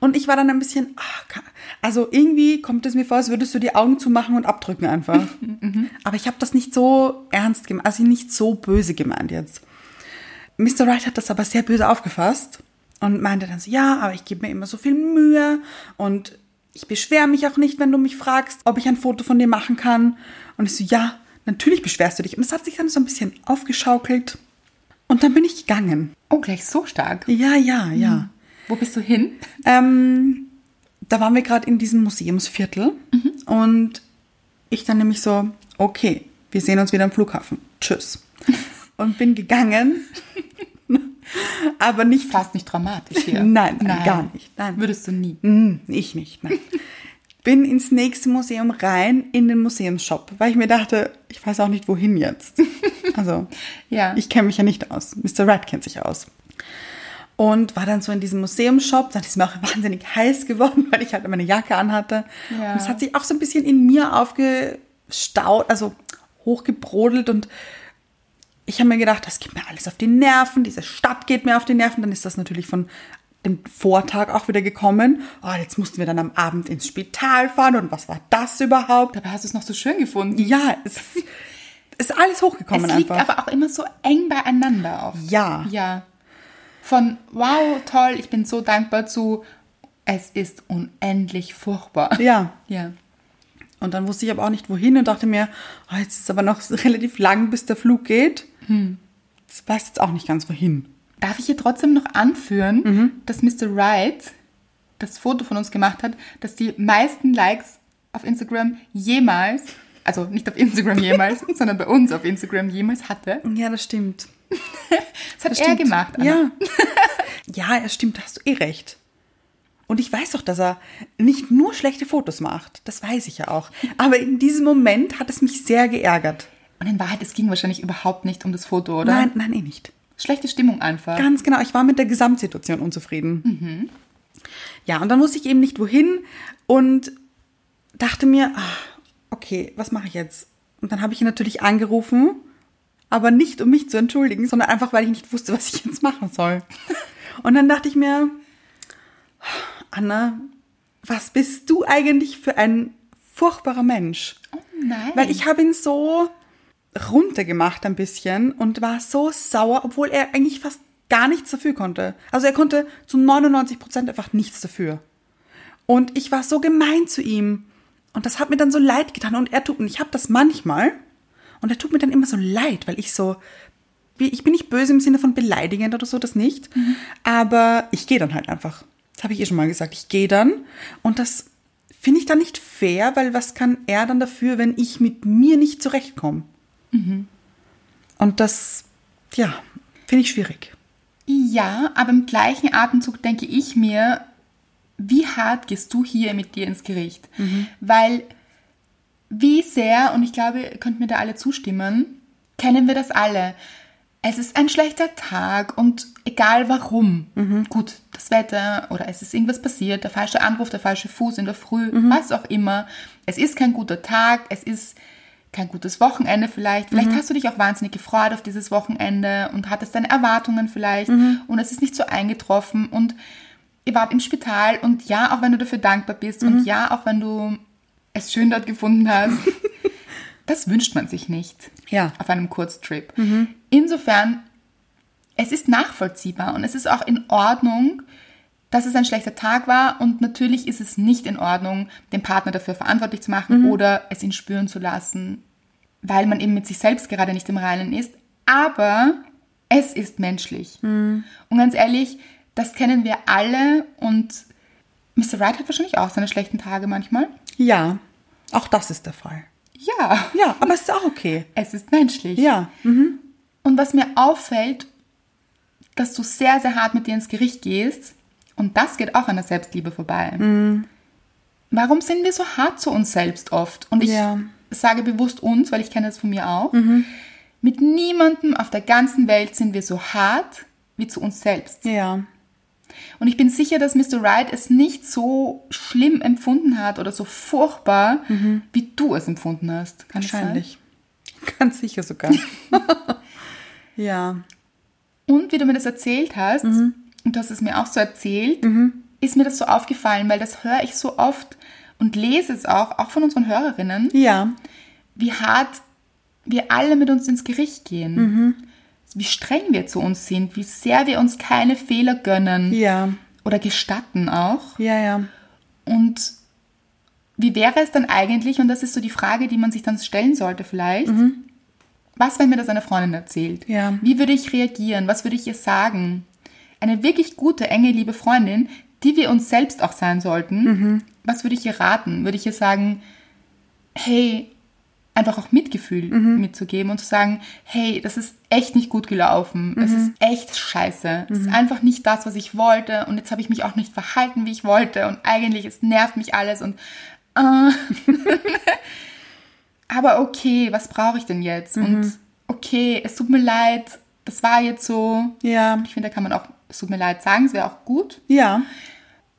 A: Und ich war dann ein bisschen, ah, ka- also irgendwie kommt es mir vor, als würdest du die Augen zumachen und abdrücken einfach.
B: Mhm.
A: Aber ich habe das nicht so ernst gemeint, also nicht so böse gemeint jetzt. Mr. Wright hat das aber sehr böse aufgefasst und meinte dann so, ja, aber ich gebe mir immer so viel Mühe und ich beschwere mich auch nicht, wenn du mich fragst, ob ich ein Foto von dir machen kann. Und ich so, ja, natürlich beschwerst du dich. Und es hat sich dann so ein bisschen aufgeschaukelt. Und dann bin ich gegangen.
B: Oh, gleich so stark.
A: Ja, ja, ja.
B: Wo bist du hin?
A: Ähm, da waren wir gerade in diesem Museumsviertel und ich dann nämlich so, okay, wir sehen uns wieder am Flughafen. Tschüss. Und bin gegangen, aber nicht
B: Fast nicht dramatisch hier.
A: Nein, gar nicht. Nein.
B: Würdest du nie.
A: Mm, Ich nicht, nein. Bin ins nächste Museum rein, in den Museumsshop, weil ich mir dachte, ich weiß auch nicht, wohin jetzt. Also,
B: Ja.
A: ich kenne mich ja nicht aus. Mr. Rat kennt sich aus. Und war dann so in diesem Museumsshop, dann ist mir auch wahnsinnig heiß geworden, weil ich halt meine Jacke anhatte.
B: Ja.
A: Und es hat sich auch so ein bisschen in mir aufgestaut, also hochgebrodelt und ich habe mir gedacht, das geht mir alles auf die Nerven, diese Stadt geht mir auf die Nerven, dann ist das natürlich von dem Vortag auch wieder gekommen. Oh, jetzt mussten wir dann am Abend ins Spital fahren und was war das überhaupt?
B: Dabei hast du es noch so schön gefunden.
A: Ja, es ist alles
B: Es
A: hochgekommen
B: liegt
A: einfach.
B: aber auch immer so eng beieinander auf.
A: Ja.
B: Ja. Von wow, toll, ich bin so dankbar zu es ist unendlich furchtbar.
A: Ja.
B: Ja.
A: Und dann wusste ich aber auch nicht wohin und dachte mir, oh, jetzt ist es aber noch relativ lang, bis der Flug geht. Ich weiß jetzt auch nicht ganz wohin.
B: Darf ich hier trotzdem noch anführen,
A: Mhm.
B: dass Mr. Wright das Foto von uns gemacht hat, das die meisten Likes auf Instagram jemals also nicht auf Instagram jemals, sondern bei uns auf Instagram jemals hatte.
A: Ja, das stimmt.
B: Das hat
A: Das
B: er
A: stimmt.
B: gemacht. Anna.
A: Ja. ja, es stimmt, da hast du eh recht. Und ich weiß doch, dass er nicht nur schlechte Fotos macht. Das weiß ich ja auch. Aber in diesem Moment hat es mich sehr geärgert.
B: Und in Wahrheit, es ging wahrscheinlich überhaupt nicht um das Foto, oder?
A: Nein, nein, eh nicht.
B: Schlechte Stimmung einfach.
A: Ganz genau, ich war mit der Gesamtsituation unzufrieden. Ja, und dann wusste ich eben nicht wohin und dachte mir, ah, okay, was mache ich jetzt? Und dann habe ich ihn natürlich angerufen, aber nicht um mich zu entschuldigen, sondern einfach, weil ich nicht wusste, was ich jetzt machen soll. Und dann dachte ich mir, Anna, was bist du eigentlich für ein furchtbarer Mensch?
B: Oh nein.
A: Weil ich habe ihn so runtergemacht ein bisschen und war so sauer, obwohl er eigentlich fast gar nichts dafür konnte. Also er konnte zu 99 Prozent einfach nichts dafür. Und ich war so gemein zu ihm. Und das hat mir dann so leid getan. Und er tut, und ich habe das manchmal. Und er tut mir dann immer so leid, weil ich so, ich bin nicht böse im Sinne von beleidigend oder so, das nicht. Aber ich gehe dann halt einfach. Das habe ich eh schon mal gesagt. Ich gehe dann. Und das finde ich dann nicht fair, weil was kann er dann dafür, wenn ich mit mir nicht zurechtkomme? Und das, ja, finde ich schwierig.
B: ja, aber im gleichen Atemzug denke ich mir, wie hart gehst du hier mit dir ins Gericht?
A: Mhm.
B: Weil wie sehr, und ich glaube, ihr könnt mir da alle zustimmen, kennen wir das alle. Es ist ein schlechter Tag und egal warum, gut, das Wetter oder es ist irgendwas passiert, der falsche Anruf, der falsche Fuß in der Früh, was auch immer. Es ist kein guter Tag, es ist kein gutes Wochenende vielleicht. Vielleicht hast du dich auch wahnsinnig gefreut auf dieses Wochenende und hattest deine Erwartungen vielleicht und es ist nicht so eingetroffen und ihr wart im Spital und ja, auch wenn du dafür dankbar bist und ja, auch wenn du es schön dort gefunden hast. Das wünscht man sich nicht.
A: Ja.
B: Auf einem Kurztrip. Insofern, es ist nachvollziehbar und es ist auch in Ordnung, dass es ein schlechter Tag war und natürlich ist es nicht in Ordnung, den Partner dafür verantwortlich zu machen oder es ihn spüren zu lassen, weil man eben mit sich selbst gerade nicht im Reinen ist. Aber es ist menschlich. Und ganz ehrlich, das kennen wir alle und Mr. Wright hat wahrscheinlich auch seine schlechten Tage manchmal.
A: Ja, auch das ist der Fall.
B: Ja,
A: Ja, aber es ist auch okay.
B: es ist menschlich.
A: Ja,
B: Und was mir auffällt, dass du sehr, sehr hart mit dir ins Gericht gehst und das geht auch an der Selbstliebe vorbei.
A: Mhm.
B: Warum sind wir so hart zu uns selbst oft? Und ich
A: Ja. Mhm.
B: sage bewusst uns, weil ich kenne das von mir auch. Mit niemandem auf der ganzen Welt sind wir so hart wie zu uns selbst.
A: ja.
B: Und ich bin sicher, dass Mr. Wright es nicht so schlimm empfunden hat oder so furchtbar, wie du es empfunden hast. Kann das sein?
A: Mhm. Wahrscheinlich. Ganz sicher sogar. ja.
B: Und wie du mir das erzählt hast, und du hast es mir auch so erzählt, ist mir das so aufgefallen, weil das höre ich so oft und lese es auch, auch von unseren Hörerinnen,
A: Ja.
B: wie hart wir alle mit uns ins Gericht gehen. Wie streng wir zu uns sind, wie sehr wir uns keine Fehler gönnen
A: Ja.
B: oder gestatten auch.
A: Ja, ja.
B: Und wie wäre es dann eigentlich, und das ist so die Frage, die man sich dann stellen sollte vielleicht, was, wenn mir das eine Freundin erzählt?
A: Ja.
B: Wie würde ich reagieren? Was würde ich ihr sagen? Eine wirklich gute, enge, liebe Freundin, die wir uns selbst auch sein sollten, was würde ich ihr raten? Würde ich ihr sagen, hey, einfach auch Mitgefühl
A: Mhm.
B: mitzugeben und zu sagen, hey, das ist echt nicht gut gelaufen, es
A: Mhm.
B: ist echt scheiße, es ist einfach nicht das, was ich wollte und jetzt habe ich mich auch nicht verhalten, wie ich wollte und eigentlich, es nervt mich alles und äh. aber okay, was brauche ich denn jetzt?
A: Mhm.
B: Und okay, es tut mir leid, das war jetzt so.
A: Ja.
B: Ich finde, da kann man auch, es tut mir leid sagen, es wäre auch gut
A: Ja.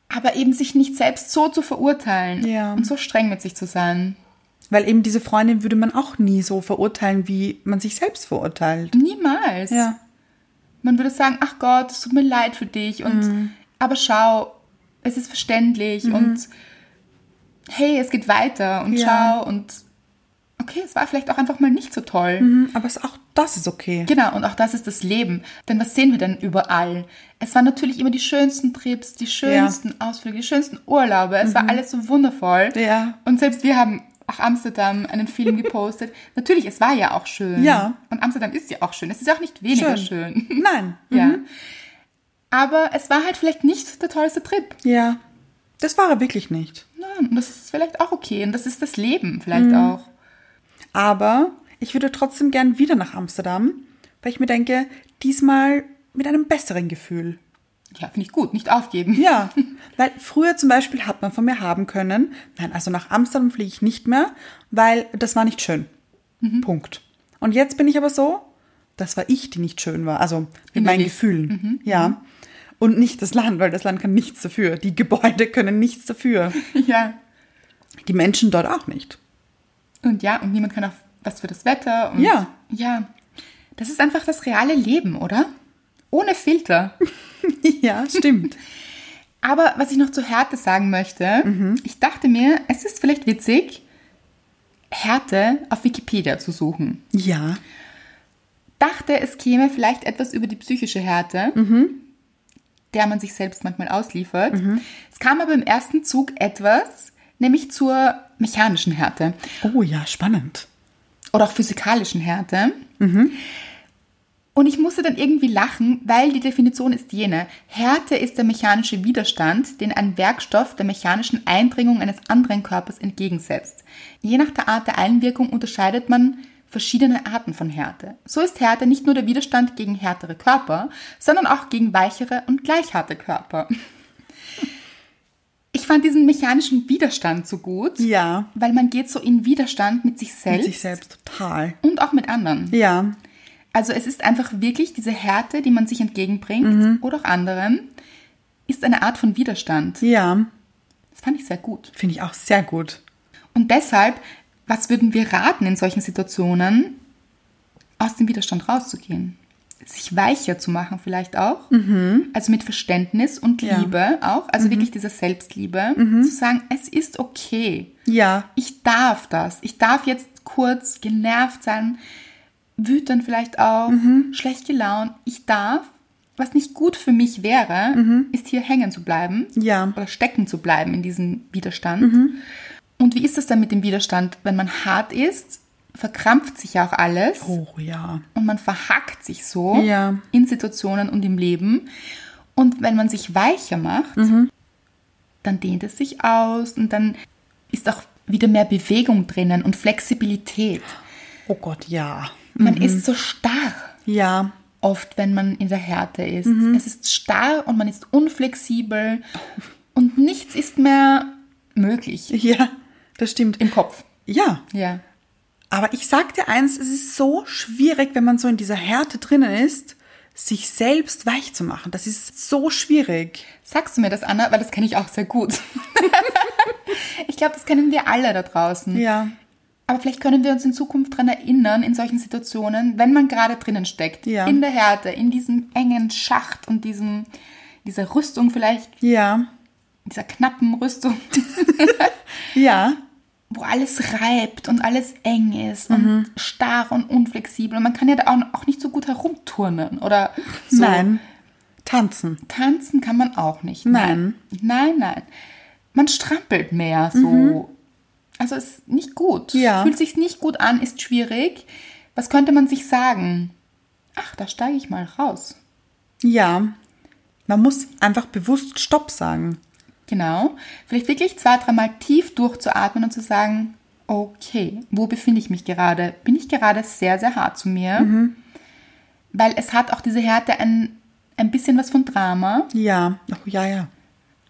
B: aber eben sich nicht selbst so zu verurteilen
A: Ja.
B: und so streng mit sich zu sein.
A: Weil eben diese Freundin würde man auch nie so verurteilen, wie man sich selbst verurteilt.
B: Niemals.
A: Ja.
B: Man würde sagen, ach Gott, es tut mir leid für dich und
A: Mhm.
B: aber schau, es ist verständlich und hey, es geht weiter und
A: Ja.
B: schau und okay, es war vielleicht auch einfach mal nicht so toll.
A: Mhm, Aber es auch das ist okay.
B: Genau, und auch das ist das Leben. Denn was sehen wir denn überall? Es waren natürlich immer die schönsten Trips, die schönsten Ausflüge, die schönsten Urlaube. Es war alles so wundervoll.
A: Mhm. Ja.
B: Und selbst wir haben auch Amsterdam einen Film gepostet. natürlich, es war ja auch schön.
A: Ja.
B: Und Amsterdam ist ja auch schön. Es ist auch nicht weniger schön.
A: Schön. Nein.
B: ja. Mhm. Aber es war halt vielleicht nicht der tollste Trip.
A: Ja. Das war er wirklich nicht. Mhm.
B: Nein, und das ist vielleicht auch okay. Und das ist das Leben vielleicht auch.
A: Aber ich würde trotzdem gern wieder nach Amsterdam, weil ich mir denke, diesmal mit einem besseren Gefühl.
B: Ja, finde ich gut, nicht aufgeben.
A: Ja, weil früher zum Beispiel hat man von mir haben können, nein, also nach Amsterdam fliege ich nicht mehr, weil das war nicht schön. Punkt. Und jetzt bin ich aber so, das war ich, die nicht schön war. Also mit meinen
B: Innerlich.
A: Gefühlen. Ja. Und nicht das Land, weil das Land kann nichts dafür. Die Gebäude können nichts dafür.
B: Ja.
A: Die Menschen dort auch nicht.
B: Und ja, und niemand kann auch was für das Wetter. Und
A: Ja.
B: Ja. Das ist einfach das reale Leben, oder? Ohne Filter.
A: Ja, stimmt.
B: Aber was ich noch zu Härte sagen möchte,
A: Mhm.
B: ich dachte mir, es ist vielleicht witzig, Härte auf Wikipedia zu suchen.
A: ja.
B: Dachte, es käme vielleicht etwas über die psychische Härte, der man sich selbst manchmal ausliefert. Es kam aber im ersten Zug etwas, nämlich zur mechanischen Härte.
A: Oh ja, spannend.
B: oder auch physikalischen Härte. Und ich musste dann irgendwie lachen, weil die Definition ist jene. Härte ist der mechanische Widerstand, den ein Werkstoff der mechanischen Eindringung eines anderen Körpers entgegensetzt. Je nach der Art der Einwirkung unterscheidet man verschiedene Arten von Härte. So ist Härte nicht nur der Widerstand gegen härtere Körper, sondern auch gegen weichere und gleich harte Körper. Ich fand diesen mechanischen Widerstand so gut,
A: Ja.
B: weil man geht so in Widerstand mit sich
A: Mit
B: selbst
A: sich selbst total.
B: und auch mit anderen.
A: Ja.
B: Also es ist einfach wirklich diese Härte, die man sich entgegenbringt oder auch anderen, ist eine Art von Widerstand.
A: Ja.
B: Das fand ich sehr gut.
A: Finde ich auch sehr gut.
B: Und deshalb, was würden wir raten in solchen Situationen, aus dem Widerstand rauszugehen? Sich weicher zu machen vielleicht auch. Also mit Verständnis und
A: Ja.
B: Liebe auch. Also wirklich diese Selbstliebe. Zu sagen, es ist okay.
A: Ja.
B: ich darf das. Ich darf jetzt kurz genervt sein, wütend vielleicht auch,
A: Mhm.
B: schlecht gelaunt. Ich darf, was nicht gut für mich wäre, ist hier hängen zu bleiben
A: Mhm. Ja. Mhm.
B: oder stecken zu bleiben in diesem Widerstand. Und wie ist das dann mit dem Widerstand, wenn man hart ist? Verkrampft sich ja auch alles
A: Oh ja.
B: und man verhackt sich so
A: Ja.
B: in Situationen und im Leben. Und wenn man sich weicher macht, dann dehnt es sich aus und dann ist auch wieder mehr Bewegung drinnen und Flexibilität.
A: Oh Gott, ja.
B: Man ist so starr
A: Ja.
B: oft, wenn man in der Härte ist. Es ist starr und man ist unflexibel und nichts ist mehr möglich
A: Ja. Das stimmt.
B: im Kopf.
A: Ja.
B: Ja.
A: Aber ich sag dir eins, es ist so schwierig, wenn man so in dieser Härte drinnen ist, sich selbst weich zu machen. Das ist so schwierig.
B: Sagst du mir das, Anna? Weil das kenne ich auch sehr gut. ich glaube, das kennen wir alle da draußen.
A: Ja.
B: Aber vielleicht können wir uns in Zukunft daran erinnern, in solchen Situationen, wenn man gerade drinnen steckt,
A: Ja.
B: in der Härte, in diesem engen Schacht und diesem, dieser Rüstung vielleicht,
A: Ja.
B: dieser knappen Rüstung,
A: Ja.
B: wo alles reibt und alles eng ist
A: Mhm.
B: und starr und unflexibel. Und man kann ja da auch- auch nicht so gut herumturnen oder so.
A: Nein. Tanzen.
B: Tanzen kann man auch nicht.
A: Nein.
B: Nein, nein. nein. Man strampelt mehr so. Also ist nicht gut.
A: Mhm. Ja.
B: Fühlt sich nicht gut an, ist schwierig. Was könnte man sich sagen? Ach, da steige ich mal raus.
A: Ja. Man muss einfach bewusst Stopp sagen.
B: Genau. Vielleicht wirklich zwei, dreimal tief durchzuatmen und zu sagen, okay, wo befinde ich mich gerade? Bin ich gerade sehr, sehr hart zu mir?
A: Mhm.
B: Weil es hat auch diese Härte ein, ein bisschen was von Drama.
A: Ja. Oh, ja, ja.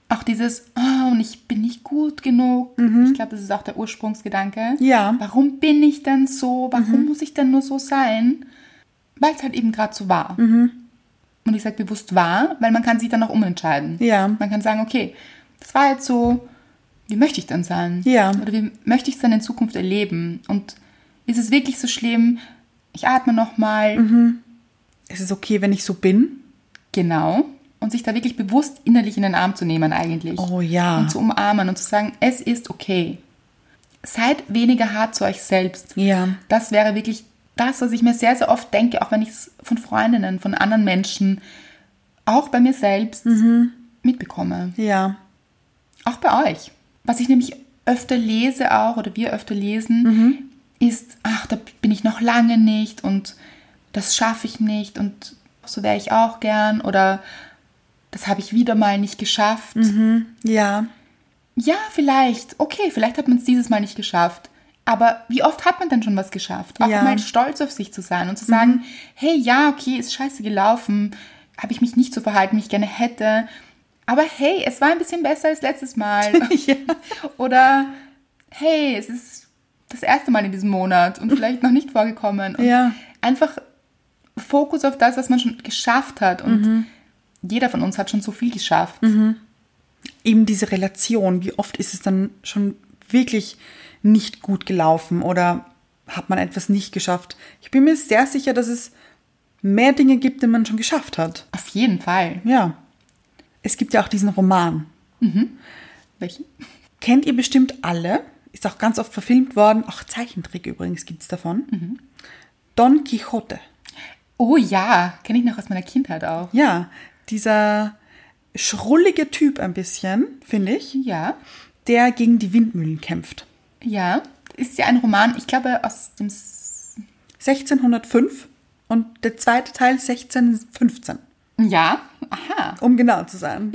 B: auch dieses, oh, und ich bin nicht gut genug. Ich glaube, das ist auch der Ursprungsgedanke.
A: Mhm. Ja. Mhm.
B: Warum bin ich denn so? Warum muss ich denn nur so sein? Weil es halt eben gerade so war.
A: Mhm.
B: Und ich sage bewusst war, weil man kann sich dann auch umentscheiden.
A: Ja.
B: Man kann sagen, okay, das war jetzt so, wie möchte ich denn sein?
A: Ja.
B: Oder wie möchte ich es dann in Zukunft erleben? Und ist es wirklich so schlimm? Ich atme nochmal.
A: Mhm.
B: mal
A: Es ist okay, wenn ich so bin.
B: Genau. Und sich da wirklich bewusst innerlich in den Arm zu nehmen eigentlich.
A: Oh ja.
B: Und zu umarmen und zu sagen, es ist okay. Seid weniger hart zu euch selbst.
A: Ja.
B: Das wäre wirklich das, was ich mir sehr, sehr oft denke, auch wenn ich es von Freundinnen, von anderen Menschen, auch bei mir selbst mitbekomme.
A: Ja.
B: Auch bei euch. Was ich nämlich öfter lese auch oder wir öfter lesen, ist, ach, da bin ich noch lange nicht und das schaffe ich nicht und so wäre ich auch gern oder das habe ich wieder mal nicht geschafft.
A: Ja.
B: Ja, vielleicht. Okay, vielleicht hat man es dieses Mal nicht geschafft. Aber wie oft hat man denn schon was geschafft? Auch
A: Ja. Mhm.
B: mal stolz auf sich zu sein und zu sagen, hey, ja, okay, ist scheiße gelaufen, habe ich mich nicht so verhalten, wie ich gerne hätte. Aber hey, es war ein bisschen besser als letztes Mal. Oder hey, es ist das erste Mal in diesem Monat und vielleicht noch nicht vorgekommen. Und
A: Ja.
B: Einfach Fokus auf das, was man schon geschafft hat. Und
A: Mhm.
B: jeder von uns hat schon so viel geschafft.
A: eben diese Relation, wie oft ist es dann schon wirklich nicht gut gelaufen oder hat man etwas nicht geschafft? Ich bin mir sehr sicher, dass es mehr Dinge gibt, die man schon geschafft hat.
B: Auf jeden Fall.
A: Ja. Es gibt ja auch diesen Roman.
B: Welchen?
A: Kennt ihr bestimmt alle. Ist auch ganz oft verfilmt worden. Auch Zeichentrick übrigens gibt es davon. Don Quixote.
B: Oh ja, kenne ich noch aus meiner Kindheit auch.
A: Ja, dieser schrullige Typ ein bisschen, finde ich,
B: Ja,
A: der gegen die Windmühlen kämpft.
B: ja. Ist ja ein Roman, ich glaube, aus dem. S
A: 1605 und der zweite Teil 1615,
B: Ja, aha.
A: um genau zu sein.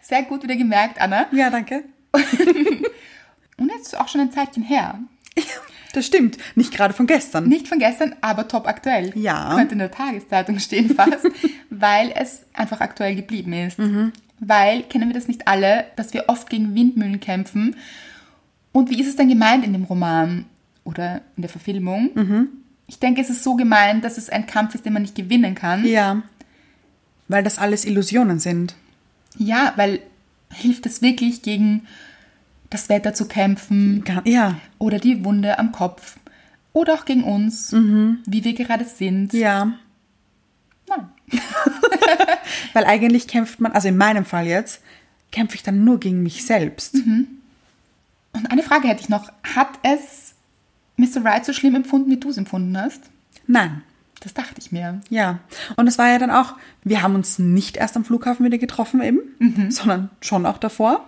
B: Sehr gut wieder gemerkt, Anna.
A: Ja, danke.
B: Und jetzt ist auch schon ein Zeitchen her.
A: Das stimmt. Nicht gerade von gestern.
B: Nicht von gestern, aber top aktuell.
A: Ja.
B: Könnte in der Tageszeitung stehen fast, weil es einfach aktuell geblieben ist. Weil, kennen wir das nicht alle, dass wir oft gegen Windmühlen kämpfen? Und wie ist es denn gemeint in dem Roman oder in der Verfilmung? Ich denke, es ist so gemeint, dass es ein Kampf ist, den man nicht gewinnen kann.
A: Ja. Weil das alles Illusionen sind.
B: Ja, weil hilft es wirklich, gegen das Wetter zu kämpfen
A: Ga- Ja,
B: oder die Wunde am Kopf oder auch gegen uns, wie wir gerade sind?
A: Mhm. ja.
B: Nein.
A: Weil eigentlich kämpft man, also in meinem Fall jetzt, kämpfe ich dann nur gegen mich selbst.
B: Und eine Frage hätte ich noch. Hat es Mr. Right so schlimm empfunden, wie du es empfunden hast?
A: Nein.
B: Das dachte ich mir.
A: Ja. Und es war ja dann auch, wir haben uns nicht erst am Flughafen wieder getroffen eben, sondern schon auch davor.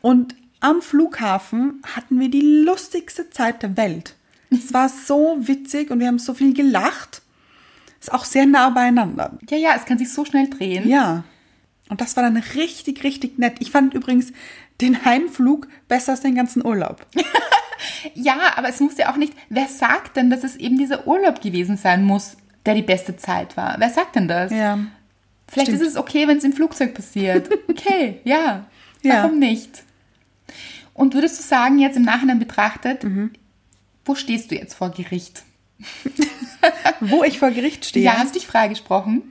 A: Und am Flughafen hatten wir die lustigste Zeit der Welt. Es war so witzig und wir haben so viel gelacht. Ist auch sehr nah beieinander.
B: Ja, ja, es kann sich so schnell drehen.
A: Ja. Und das war dann richtig, richtig nett. Ich fand übrigens den Heimflug besser als den ganzen Urlaub.
B: Ja, aber es muss ja auch nicht. Wer sagt denn, dass es eben dieser Urlaub gewesen sein muss, der die beste Zeit war? Wer sagt denn das?
A: Ja.
B: Vielleicht
A: stimmt.
B: ist es okay, wenn es im Flugzeug passiert. Okay, ja.
A: Ja.
B: Warum nicht? Und würdest du sagen, jetzt im Nachhinein betrachtet,
A: Mhm.
B: wo stehst du jetzt vor Gericht?
A: Wo ich vor Gericht stehe.
B: Ja, hast dich freigesprochen?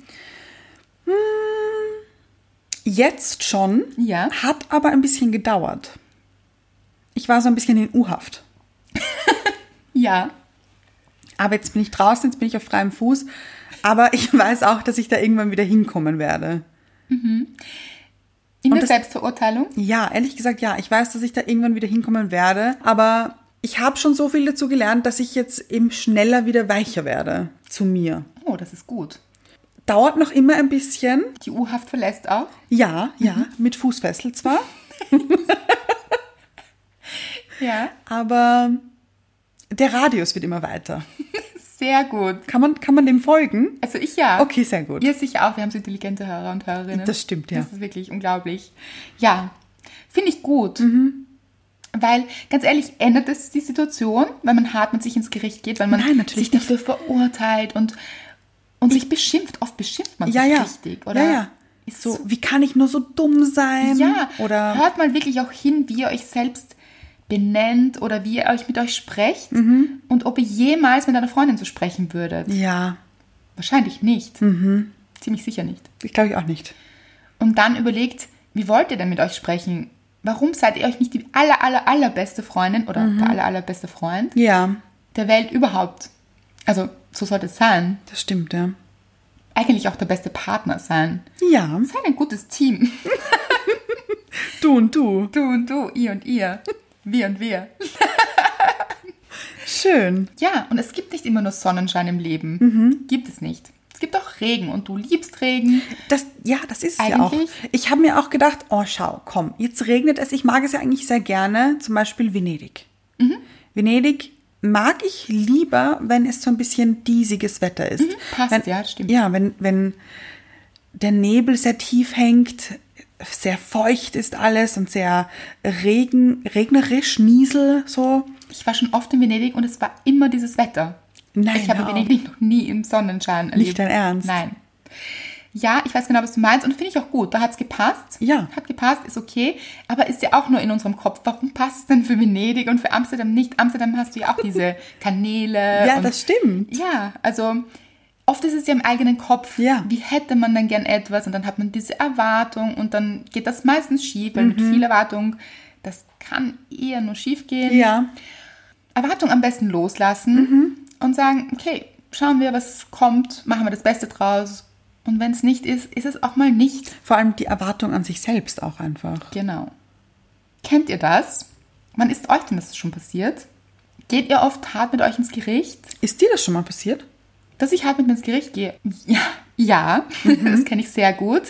A: Jetzt schon.
B: Ja.
A: Hat aber ein bisschen gedauert. Ich war so ein bisschen in U-Haft.
B: Ja.
A: Aber jetzt bin ich draußen, jetzt bin ich auf freiem Fuß. Aber ich weiß auch, dass ich da irgendwann wieder hinkommen werde.
B: In
A: Und
B: der
A: das-
B: Selbstverurteilung?
A: Ja, ehrlich gesagt, ja. Ich weiß, dass ich da irgendwann wieder hinkommen werde. Aber ich habe schon so viel dazu gelernt, dass ich jetzt eben schneller wieder weicher werde zu mir.
B: Oh, das ist gut.
A: Dauert noch immer ein bisschen.
B: Die U-Haft verlässt auch.
A: Ja, ja, mit Fußfessel zwar.
B: Ja.
A: Aber der Radius wird immer weiter.
B: Sehr gut.
A: Kann man, kann man dem folgen?
B: Also ich ja.
A: Okay, sehr gut.
B: Ihr sicher auch. Wir haben so intelligente Hörer und Hörerinnen.
A: Das stimmt, ja.
B: Das ist wirklich unglaublich. Ja. Finde ich gut.
A: Mhm.
B: Weil, ganz ehrlich, ändert es die Situation, wenn man hart mit sich ins Gericht geht, weil man
A: Nein, natürlich
B: sich dafür verurteilt und, und sich beschimpft. Oft beschimpft man
A: Ja,
B: sich
A: ja.
B: richtig, oder?
A: Ja, ja.
B: Ist
A: So, wie kann ich nur so dumm sein?
B: Ja,
A: Oder
B: hört mal wirklich auch hin, wie ihr euch selbst benennt oder wie ihr euch mit euch sprecht und ob ihr jemals mit einer Freundin so sprechen würdet.
A: Mhm. ja, Mhm.
B: Wahrscheinlich nicht. Ziemlich sicher nicht.
A: ich glaube ich auch nicht.
B: Und dann überlegt, wie wollt ihr denn mit euch sprechen? Warum seid ihr euch nicht die aller, aller, allerbeste Freundin oder der aller, allerbeste Freund
A: Ja,
B: der Welt überhaupt? Also, so sollte es sein.
A: das stimmt, ja.
B: Eigentlich auch der beste Partner sein.
A: Ja,
B: Seid ein gutes Team.
A: du und du.
B: Du und du, ihr und ihr, wir und wir.
A: Schön.
B: Ja, und es gibt nicht immer nur Sonnenschein im Leben. Gibt es nicht. Es gibt auch Regen und du liebst Regen.
A: Das, ja, das ist es ja auch.
B: Eigentlich-
A: Ich habe mir auch gedacht, oh schau, komm, jetzt regnet es. Ich mag es ja eigentlich sehr gerne, zum Beispiel Venedig.
B: Mhm.
A: Venedig mag ich lieber, wenn es so ein bisschen diesiges Wetter ist.
B: Mhm. passt,
A: wenn,
B: ja, stimmt.
A: Ja, wenn, wenn der Nebel sehr tief hängt, sehr feucht ist alles und sehr regen, regnerisch, Niesel, so.
B: Ich war schon oft in Venedig und es war immer dieses Wetter.
A: Nein,
B: ich habe
A: hör auf.
B: Venedig noch nie im Sonnenschein erlebt.
A: dein Ernst?
B: Nein. Ja, ich weiß genau, was du meinst und finde ich auch gut. Da hat es gepasst.
A: Ja.
B: Hat gepasst, ist okay. Aber ist ja auch nur in unserem Kopf. Warum passt es denn für Venedig und für Amsterdam nicht? Amsterdam hast du ja auch diese Kanäle.
A: Ja,
B: und
A: das stimmt.
B: ja, also oft ist es ja im eigenen Kopf.
A: Ja.
B: Wie hätte man dann gern etwas und dann hat man diese Erwartung und dann geht das meistens schief, weil
A: Mhm.
B: mit viel Erwartung, das kann eher nur schief gehen.
A: Ja,
B: Erwartung am besten loslassen und sagen, okay, schauen wir, was kommt, machen wir das Beste draus. Und wenn es nicht ist, ist es auch mal nicht.
A: vor allem die Erwartung an sich selbst auch einfach.
B: Genau. Kennt ihr das? Wann ist euch denn das schon passiert? Geht ihr oft hart mit euch ins Gericht?
A: Ist dir das schon mal passiert?
B: Dass ich halt mit mir ins Gericht gehe. Ja, ja das kenne ich sehr gut.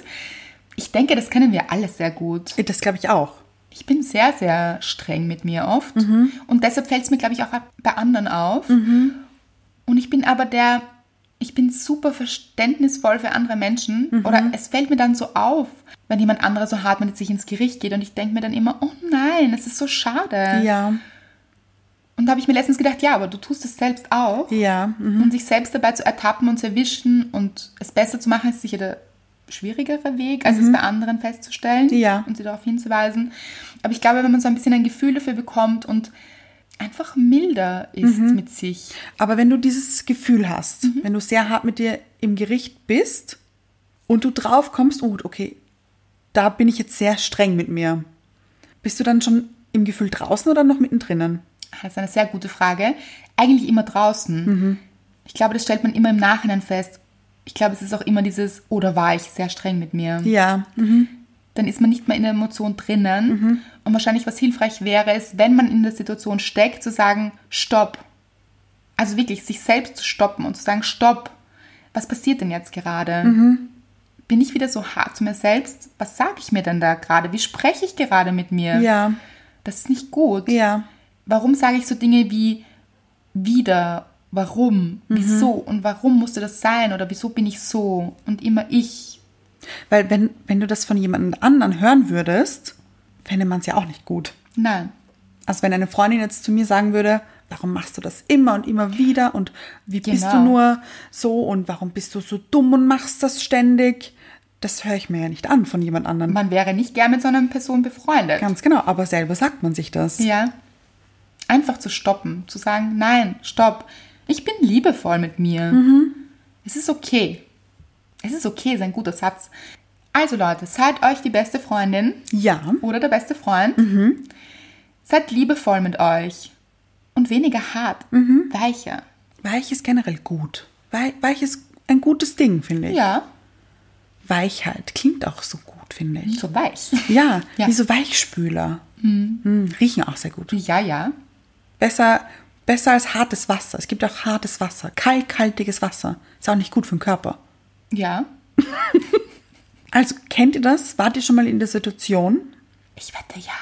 B: Ich denke, das kennen wir alle sehr gut.
A: Das glaube ich auch.
B: Ich bin sehr, sehr streng mit mir oft. Und deshalb fällt es mir, glaube ich, auch bei anderen auf. Und ich bin aber der, ich bin super verständnisvoll für andere Menschen. Oder es fällt mir dann so auf, wenn jemand anderer so hart mit sich ins Gericht geht. Und ich denke mir dann immer, oh nein, es ist so schade.
A: Ja,
B: Und da habe ich mir letztens gedacht, ja, aber du tust es selbst auch.
A: ja. mhm.
B: Und sich selbst dabei zu ertappen und zu erwischen und es besser zu machen, ist sicher der schwierigere Weg, als es bei anderen festzustellen
A: Mhm. Ja.
B: und sie darauf hinzuweisen. Aber ich glaube, wenn man so ein bisschen ein Gefühl dafür bekommt und einfach milder ist
A: Mhm.
B: mit sich.
A: Aber wenn du dieses Gefühl hast, wenn du sehr hart mit dir im Gericht bist und du drauf kommst, oh, okay, da bin ich jetzt sehr streng mit mir. Bist du dann schon im Gefühl draußen oder noch mittendrin?
B: Ah, Das ist eine sehr gute Frage. Eigentlich immer draußen.
A: Mhm.
B: Ich glaube, das stellt man immer im Nachhinein fest. Ich glaube, es ist auch immer dieses, oder war ich sehr streng mit mir?
A: Ja,
B: dann ist man nicht mehr in der Emotion drinnen.
A: Mhm.
B: Und wahrscheinlich, was hilfreich wäre, ist, wenn man in der Situation steckt, zu sagen, stopp. Also wirklich, sich selbst zu stoppen und zu sagen, stopp. Was passiert denn jetzt gerade?
A: Mhm.
B: Bin ich wieder so hart zu mir selbst? Was sage ich mir denn da gerade? Wie spreche ich gerade mit mir?
A: ja,
B: Das ist nicht gut.
A: ja.
B: Warum sage ich so Dinge wie wieder? Warum?
A: Mhm.
B: Wieso? Und warum musste das sein? Oder wieso bin ich so? Und immer ich.
A: Weil wenn, wenn du das von jemand anderen hören würdest, fände man es ja auch nicht gut.
B: Nein.
A: Also wenn eine Freundin jetzt zu mir sagen würde, warum machst du das immer und immer wieder und wie bist du
B: Genau.
A: nur so und warum bist du so dumm und machst das ständig, das höre ich mir ja nicht an von jemand anderem.
B: Man wäre nicht gern mit so einer Person befreundet.
A: Ganz genau, aber selber sagt man sich das.
B: Ja. Einfach zu stoppen, zu sagen, nein, stopp. Ich bin liebevoll mit mir. Es ist okay. Es ist okay, ist ein guter Satz. Also Leute, seid euch die beste Freundin
A: Ja,
B: oder der beste Freund. Seid liebevoll mit euch und weniger hart, weicher.
A: weich ist generell gut. Weich, weich ist ein gutes Ding, finde ich.
B: Ja,
A: Weichheit klingt auch so gut, finde ich.
B: so weich.
A: Ja,
B: Ja. Mhm.
A: wie so Weichspüler. Hm, riechen auch sehr gut.
B: Ja, ja.
A: Besser, besser als hartes Wasser. Es gibt auch hartes Wasser. Kalkhaltiges Wasser. Ist auch nicht gut für den Körper.
B: Ja.
A: Also, kennt ihr das? Wart ihr schon mal in der Situation?
B: Ich wette ja.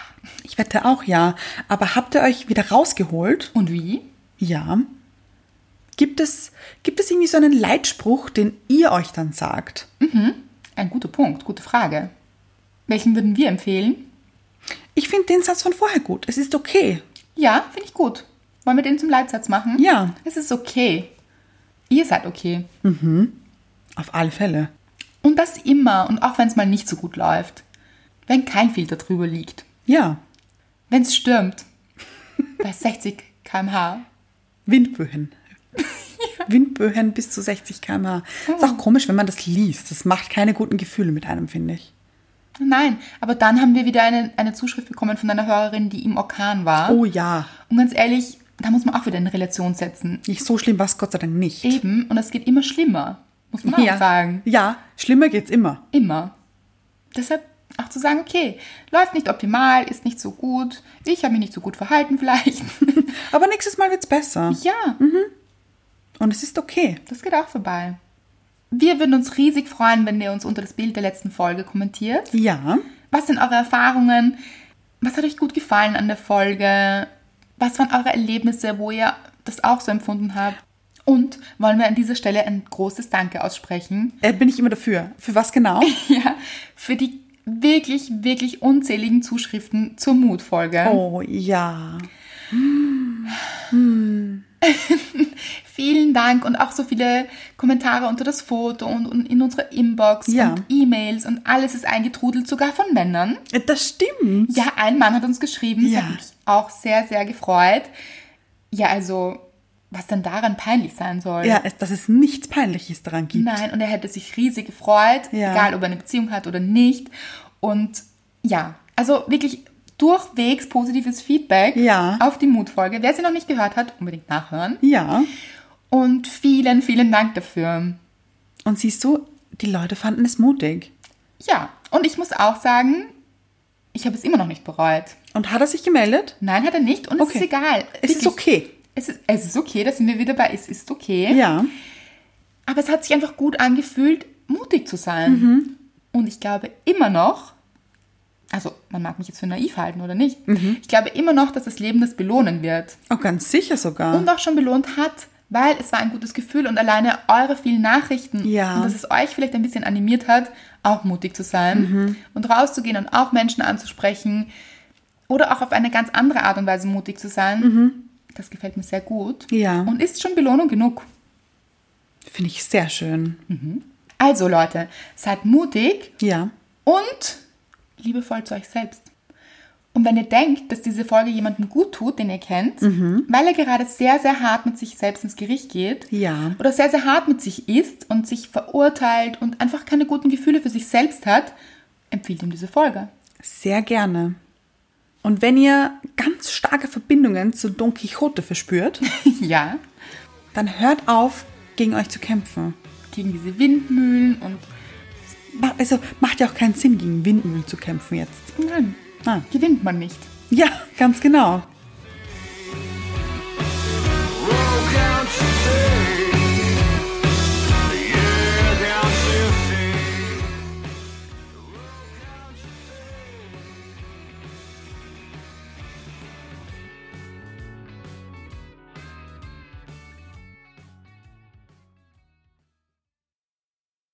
A: Ich wette auch ja. Aber habt ihr euch wieder rausgeholt?
B: Und wie?
A: Ja. Gibt es, gibt es irgendwie so einen Leitspruch, den ihr euch dann sagt?
B: Ein guter Punkt, gute Frage. Welchen würden wir empfehlen?
A: Ich finde den Satz von vorher gut. Es ist okay.
B: Ja, finde ich gut. Wollen wir den zum Leitsatz machen?
A: Ja.
B: Es ist okay. Ihr seid okay.
A: Auf alle Fälle.
B: Und das immer und auch wenn es mal nicht so gut läuft. Wenn kein Filter drüber liegt.
A: Ja.
B: Wenn es stürmt. Bei 60 km/h.
A: Windböen. Windböen bis zu 60 km/h. Ist auch komisch, wenn man das liest. Das macht keine guten Gefühle mit einem, finde ich.
B: Nein, aber dann haben wir wieder eine, eine Zuschrift bekommen von einer Hörerin, die im Orkan war.
A: Oh ja.
B: Und ganz ehrlich, da muss man auch wieder in Relation setzen.
A: Nicht so schlimm war es Gott sei Dank nicht.
B: Eben, und es geht immer schlimmer. Muss man auch
A: ja.
B: sagen.
A: Ja, schlimmer geht's immer.
B: Immer. Deshalb auch zu sagen, okay, läuft nicht optimal, ist nicht so gut, ich habe mich nicht so gut verhalten vielleicht.
A: Aber nächstes Mal wird's besser.
B: ja,
A: Und es ist okay.
B: das geht auch vorbei. Wir würden uns riesig freuen, wenn ihr uns unter das Bild der letzten Folge kommentiert.
A: Ja.
B: Was sind eure Erfahrungen? Was hat euch gut gefallen an der Folge? Was waren eure Erlebnisse, wo ihr das auch so empfunden habt? Und wollen wir an dieser Stelle ein großes Danke aussprechen
A: Äh, bin ich immer dafür. Für was genau?
B: ja, für die wirklich, Oh, wirklich unzähligen Zuschriften zur Mutfolge.
A: Oh ja.
B: Vielen Dank und auch so viele Kommentare unter das Foto und, und in unserer Inbox
A: Ja.
B: und E-Mails und alles ist eingetrudelt, sogar von Männern.
A: Äh, Das stimmt.
B: Ja, ein Mann hat uns geschrieben, das
A: Ja.
B: hat mich auch sehr, sehr gefreut. Ja, also, was denn daran peinlich sein soll.
A: Ja, es- dass es nichts Peinliches daran gibt.
B: Nein, und er hätte sich riesig gefreut,
A: Ja.
B: egal ob er eine Beziehung hat oder nicht. Und ja, also wirklich durchwegs positives Feedback
A: Ja.
B: auf die Mutfolge. Wer sie noch nicht gehört hat, unbedingt nachhören.
A: Ja.
B: Und vielen, vielen Dank dafür.
A: Und siehst du, die Leute fanden es mutig.
B: Ja, und ich muss auch sagen, ich habe es immer noch nicht bereut.
A: Und hat er sich gemeldet?
B: Nein, hat er nicht und es
A: Okay.
B: ist egal.
A: Es ist
B: Wirklich.
A: okay.
B: Es ist, es ist okay, da sind wir wieder bei es ist okay.
A: Ja.
B: Aber es hat sich einfach gut angefühlt, mutig zu sein.
A: Mhm.
B: Und ich glaube immer noch, also man mag mich jetzt für naiv halten oder nicht,
A: Mhm.
B: ich glaube immer noch, dass das Leben das belohnen wird.
A: Oh, ganz sicher sogar.
B: Und auch schon belohnt hat, weil es war ein gutes Gefühl und alleine eure vielen Nachrichten
A: Ja.
B: und dass es euch vielleicht ein bisschen animiert hat, auch mutig zu sein
A: Mhm.
B: und rauszugehen und auch Menschen anzusprechen oder auch auf eine ganz andere Art und Weise mutig zu sein. Das gefällt mir sehr gut
A: Mhm. Ja.
B: und ist schon Belohnung genug.
A: Finde ich sehr schön.
B: Also Leute, seid mutig
A: Ja.
B: und liebevoll zu euch selbst. Und wenn ihr denkt, dass diese Folge jemandem gut tut, den ihr kennt, weil er gerade sehr, sehr hart mit sich selbst ins Gericht geht
A: Ja.
B: oder sehr, sehr hart mit sich ist und sich verurteilt und einfach keine guten Gefühle für sich selbst hat, empfiehlt ihm diese Folge.
A: Sehr gerne. Und wenn ihr ganz starke Verbindungen zu Don Quixote verspürt,
B: ja,
A: dann hört auf, gegen euch zu kämpfen.
B: gegen diese Windmühlen und
A: Ma- Also macht ja auch keinen Sinn, gegen Windmühlen zu kämpfen jetzt.
B: nein,
A: Ah.
B: gewinnt man nicht.
A: Ja, ganz genau.